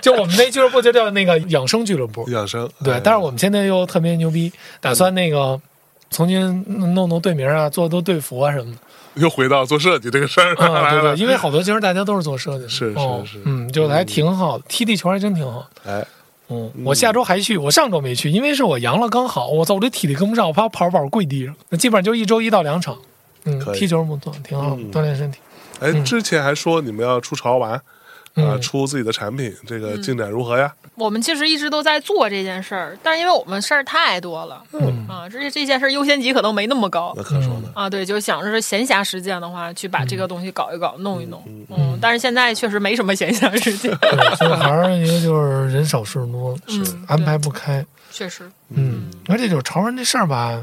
Speaker 3: 就我们那俱乐部就叫那个养生俱乐部，
Speaker 1: 养生哎
Speaker 3: 对。但是我们现在又特别牛逼，打算那个重新弄弄队名啊，做做队服啊什么的。
Speaker 1: 又回到做设计这个事儿上
Speaker 3: 啊，
Speaker 1: 来
Speaker 3: 对
Speaker 1: 了 <laughs>
Speaker 3: 对，。因为好多其实大家都是做设计的，
Speaker 1: 是是
Speaker 3: 哦
Speaker 1: 是
Speaker 3: 嗯，就还挺好的，踢地球还真挺好。
Speaker 1: 哎，
Speaker 3: 嗯，我下周还去，我上周没去，因为是我阳了刚好，我操，我这体力跟不上，我怕我跑着跑着跪地上。那基本上就一周一到两场，嗯
Speaker 1: 可，以嗯
Speaker 3: 踢球不错，挺好的，锻炼
Speaker 1: <laughs>
Speaker 3: 身体。
Speaker 1: 哎，之前还说你们要出潮玩，啊，
Speaker 3: 嗯
Speaker 1: 出自己的产品，这个进展如何呀？
Speaker 2: 我们其实一直都在做这件事儿，但是因为我们事儿太多了，嗯啊，这这件事儿优先级可能没那么高
Speaker 1: 那可说呢，
Speaker 2: 啊。对，就想着是闲暇时间的话，去把这
Speaker 3: 嗯
Speaker 2: 个东西搞一搞，弄一弄。嗯，但是现在确实没什么闲暇时间，
Speaker 3: 对，所以还是一个就是人少事儿多，
Speaker 2: 嗯
Speaker 3: 安排不开。
Speaker 2: 确实，
Speaker 3: 嗯，而且就是潮玩这事儿吧，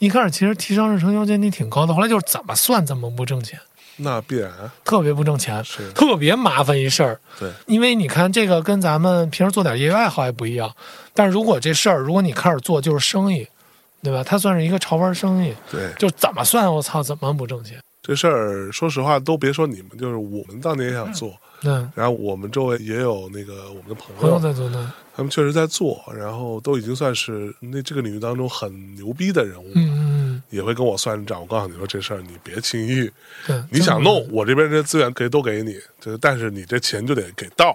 Speaker 3: 一开始其实提上日程要求你挺高的，后来就是怎么算怎么不挣钱，
Speaker 1: 那必然啊
Speaker 3: 特别不挣钱
Speaker 1: 是，
Speaker 3: 特别麻烦一事儿。
Speaker 1: 对，
Speaker 3: 因为你看这个跟咱们平时做点业余爱好还不一样，但如果这事儿如果你开始做就是生意，对吧？它算是一个潮玩生意，
Speaker 1: 对
Speaker 3: 就怎么算我操怎么不挣钱？
Speaker 1: 这事儿，说实话，都别说你们，就是我们当年也想做，
Speaker 3: 嗯，
Speaker 1: 然后我们周围也有那个我们的朋
Speaker 3: 朋友
Speaker 1: 友，
Speaker 3: 在做呢，
Speaker 1: 他们确实在做，然后都已经算是那这个领域当中很牛逼的人物，
Speaker 3: 嗯嗯
Speaker 1: 也会跟我算账。我告诉你说这事儿，你别轻易，
Speaker 3: 嗯，对，
Speaker 1: 你想
Speaker 3: 真的
Speaker 1: 弄，我这边这资源可以都给你，就是但是你这钱就得给到。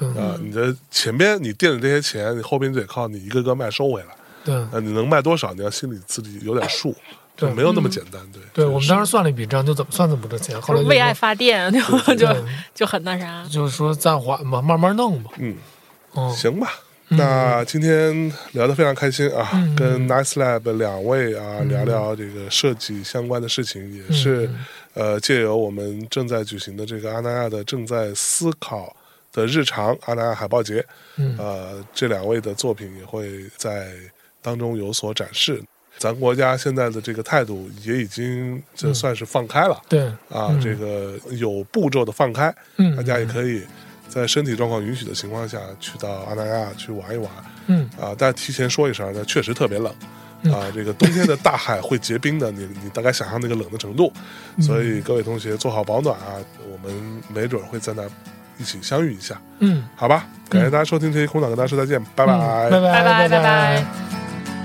Speaker 3: 嗯
Speaker 1: 啊、你的前边你垫着这些钱，你后边就得靠你一个个卖收回来。
Speaker 3: 对
Speaker 1: 啊，你能卖多少？你要心里自己有点数，
Speaker 3: 对
Speaker 1: 就没有那么简单。对，
Speaker 3: 对，我们当时算了一笔账，就怎么算怎么挣钱。后来就
Speaker 2: 为
Speaker 3: 说
Speaker 2: 爱发电，就就就很那啥。
Speaker 3: 就是说暂缓嘛，慢慢弄嘛。
Speaker 1: 嗯，
Speaker 3: 嗯，嗯
Speaker 1: 行吧。那今天聊得非常开心啊，跟 Nice Lab 两位啊、聊聊这个设计相关的事情，也是、
Speaker 3: 嗯
Speaker 1: 呃借由我们正在举行的这个阿那亚的正在思考的日常阿那亚海报节，
Speaker 3: 嗯
Speaker 1: 呃，这两位的作品也会在当中有所展示。咱国家现在的这个态度也已经
Speaker 3: 嗯
Speaker 1: 就算是放开了、
Speaker 3: 对，
Speaker 1: 啊，这个有步骤的放开，
Speaker 3: 嗯
Speaker 1: 大家也可以在身体状况允许的情况下去到阿那亚去玩一玩
Speaker 3: 嗯
Speaker 1: 啊。但提前说一声，那确实特别冷啊，这个冬天的大海会结冰的，你你大概想象那个冷的程度。
Speaker 3: 嗯
Speaker 1: 所以各位同学做好保暖啊，我们没准会在那儿一起相遇一下，
Speaker 3: 嗯，
Speaker 1: 好吧？感谢大家收听这期空档，跟大家说再见，拜
Speaker 3: 拜拜
Speaker 2: 拜拜
Speaker 3: 拜
Speaker 2: 拜拜。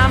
Speaker 4: I'm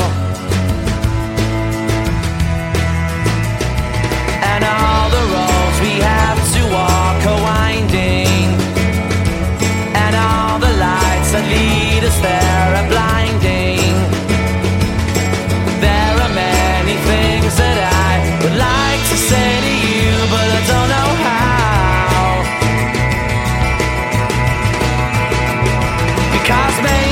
Speaker 4: And all the roads we have to walk are winding, and all the lights that lead us there are blinding. There are many things that I would like to say to you, but I don't know how. Because maybe.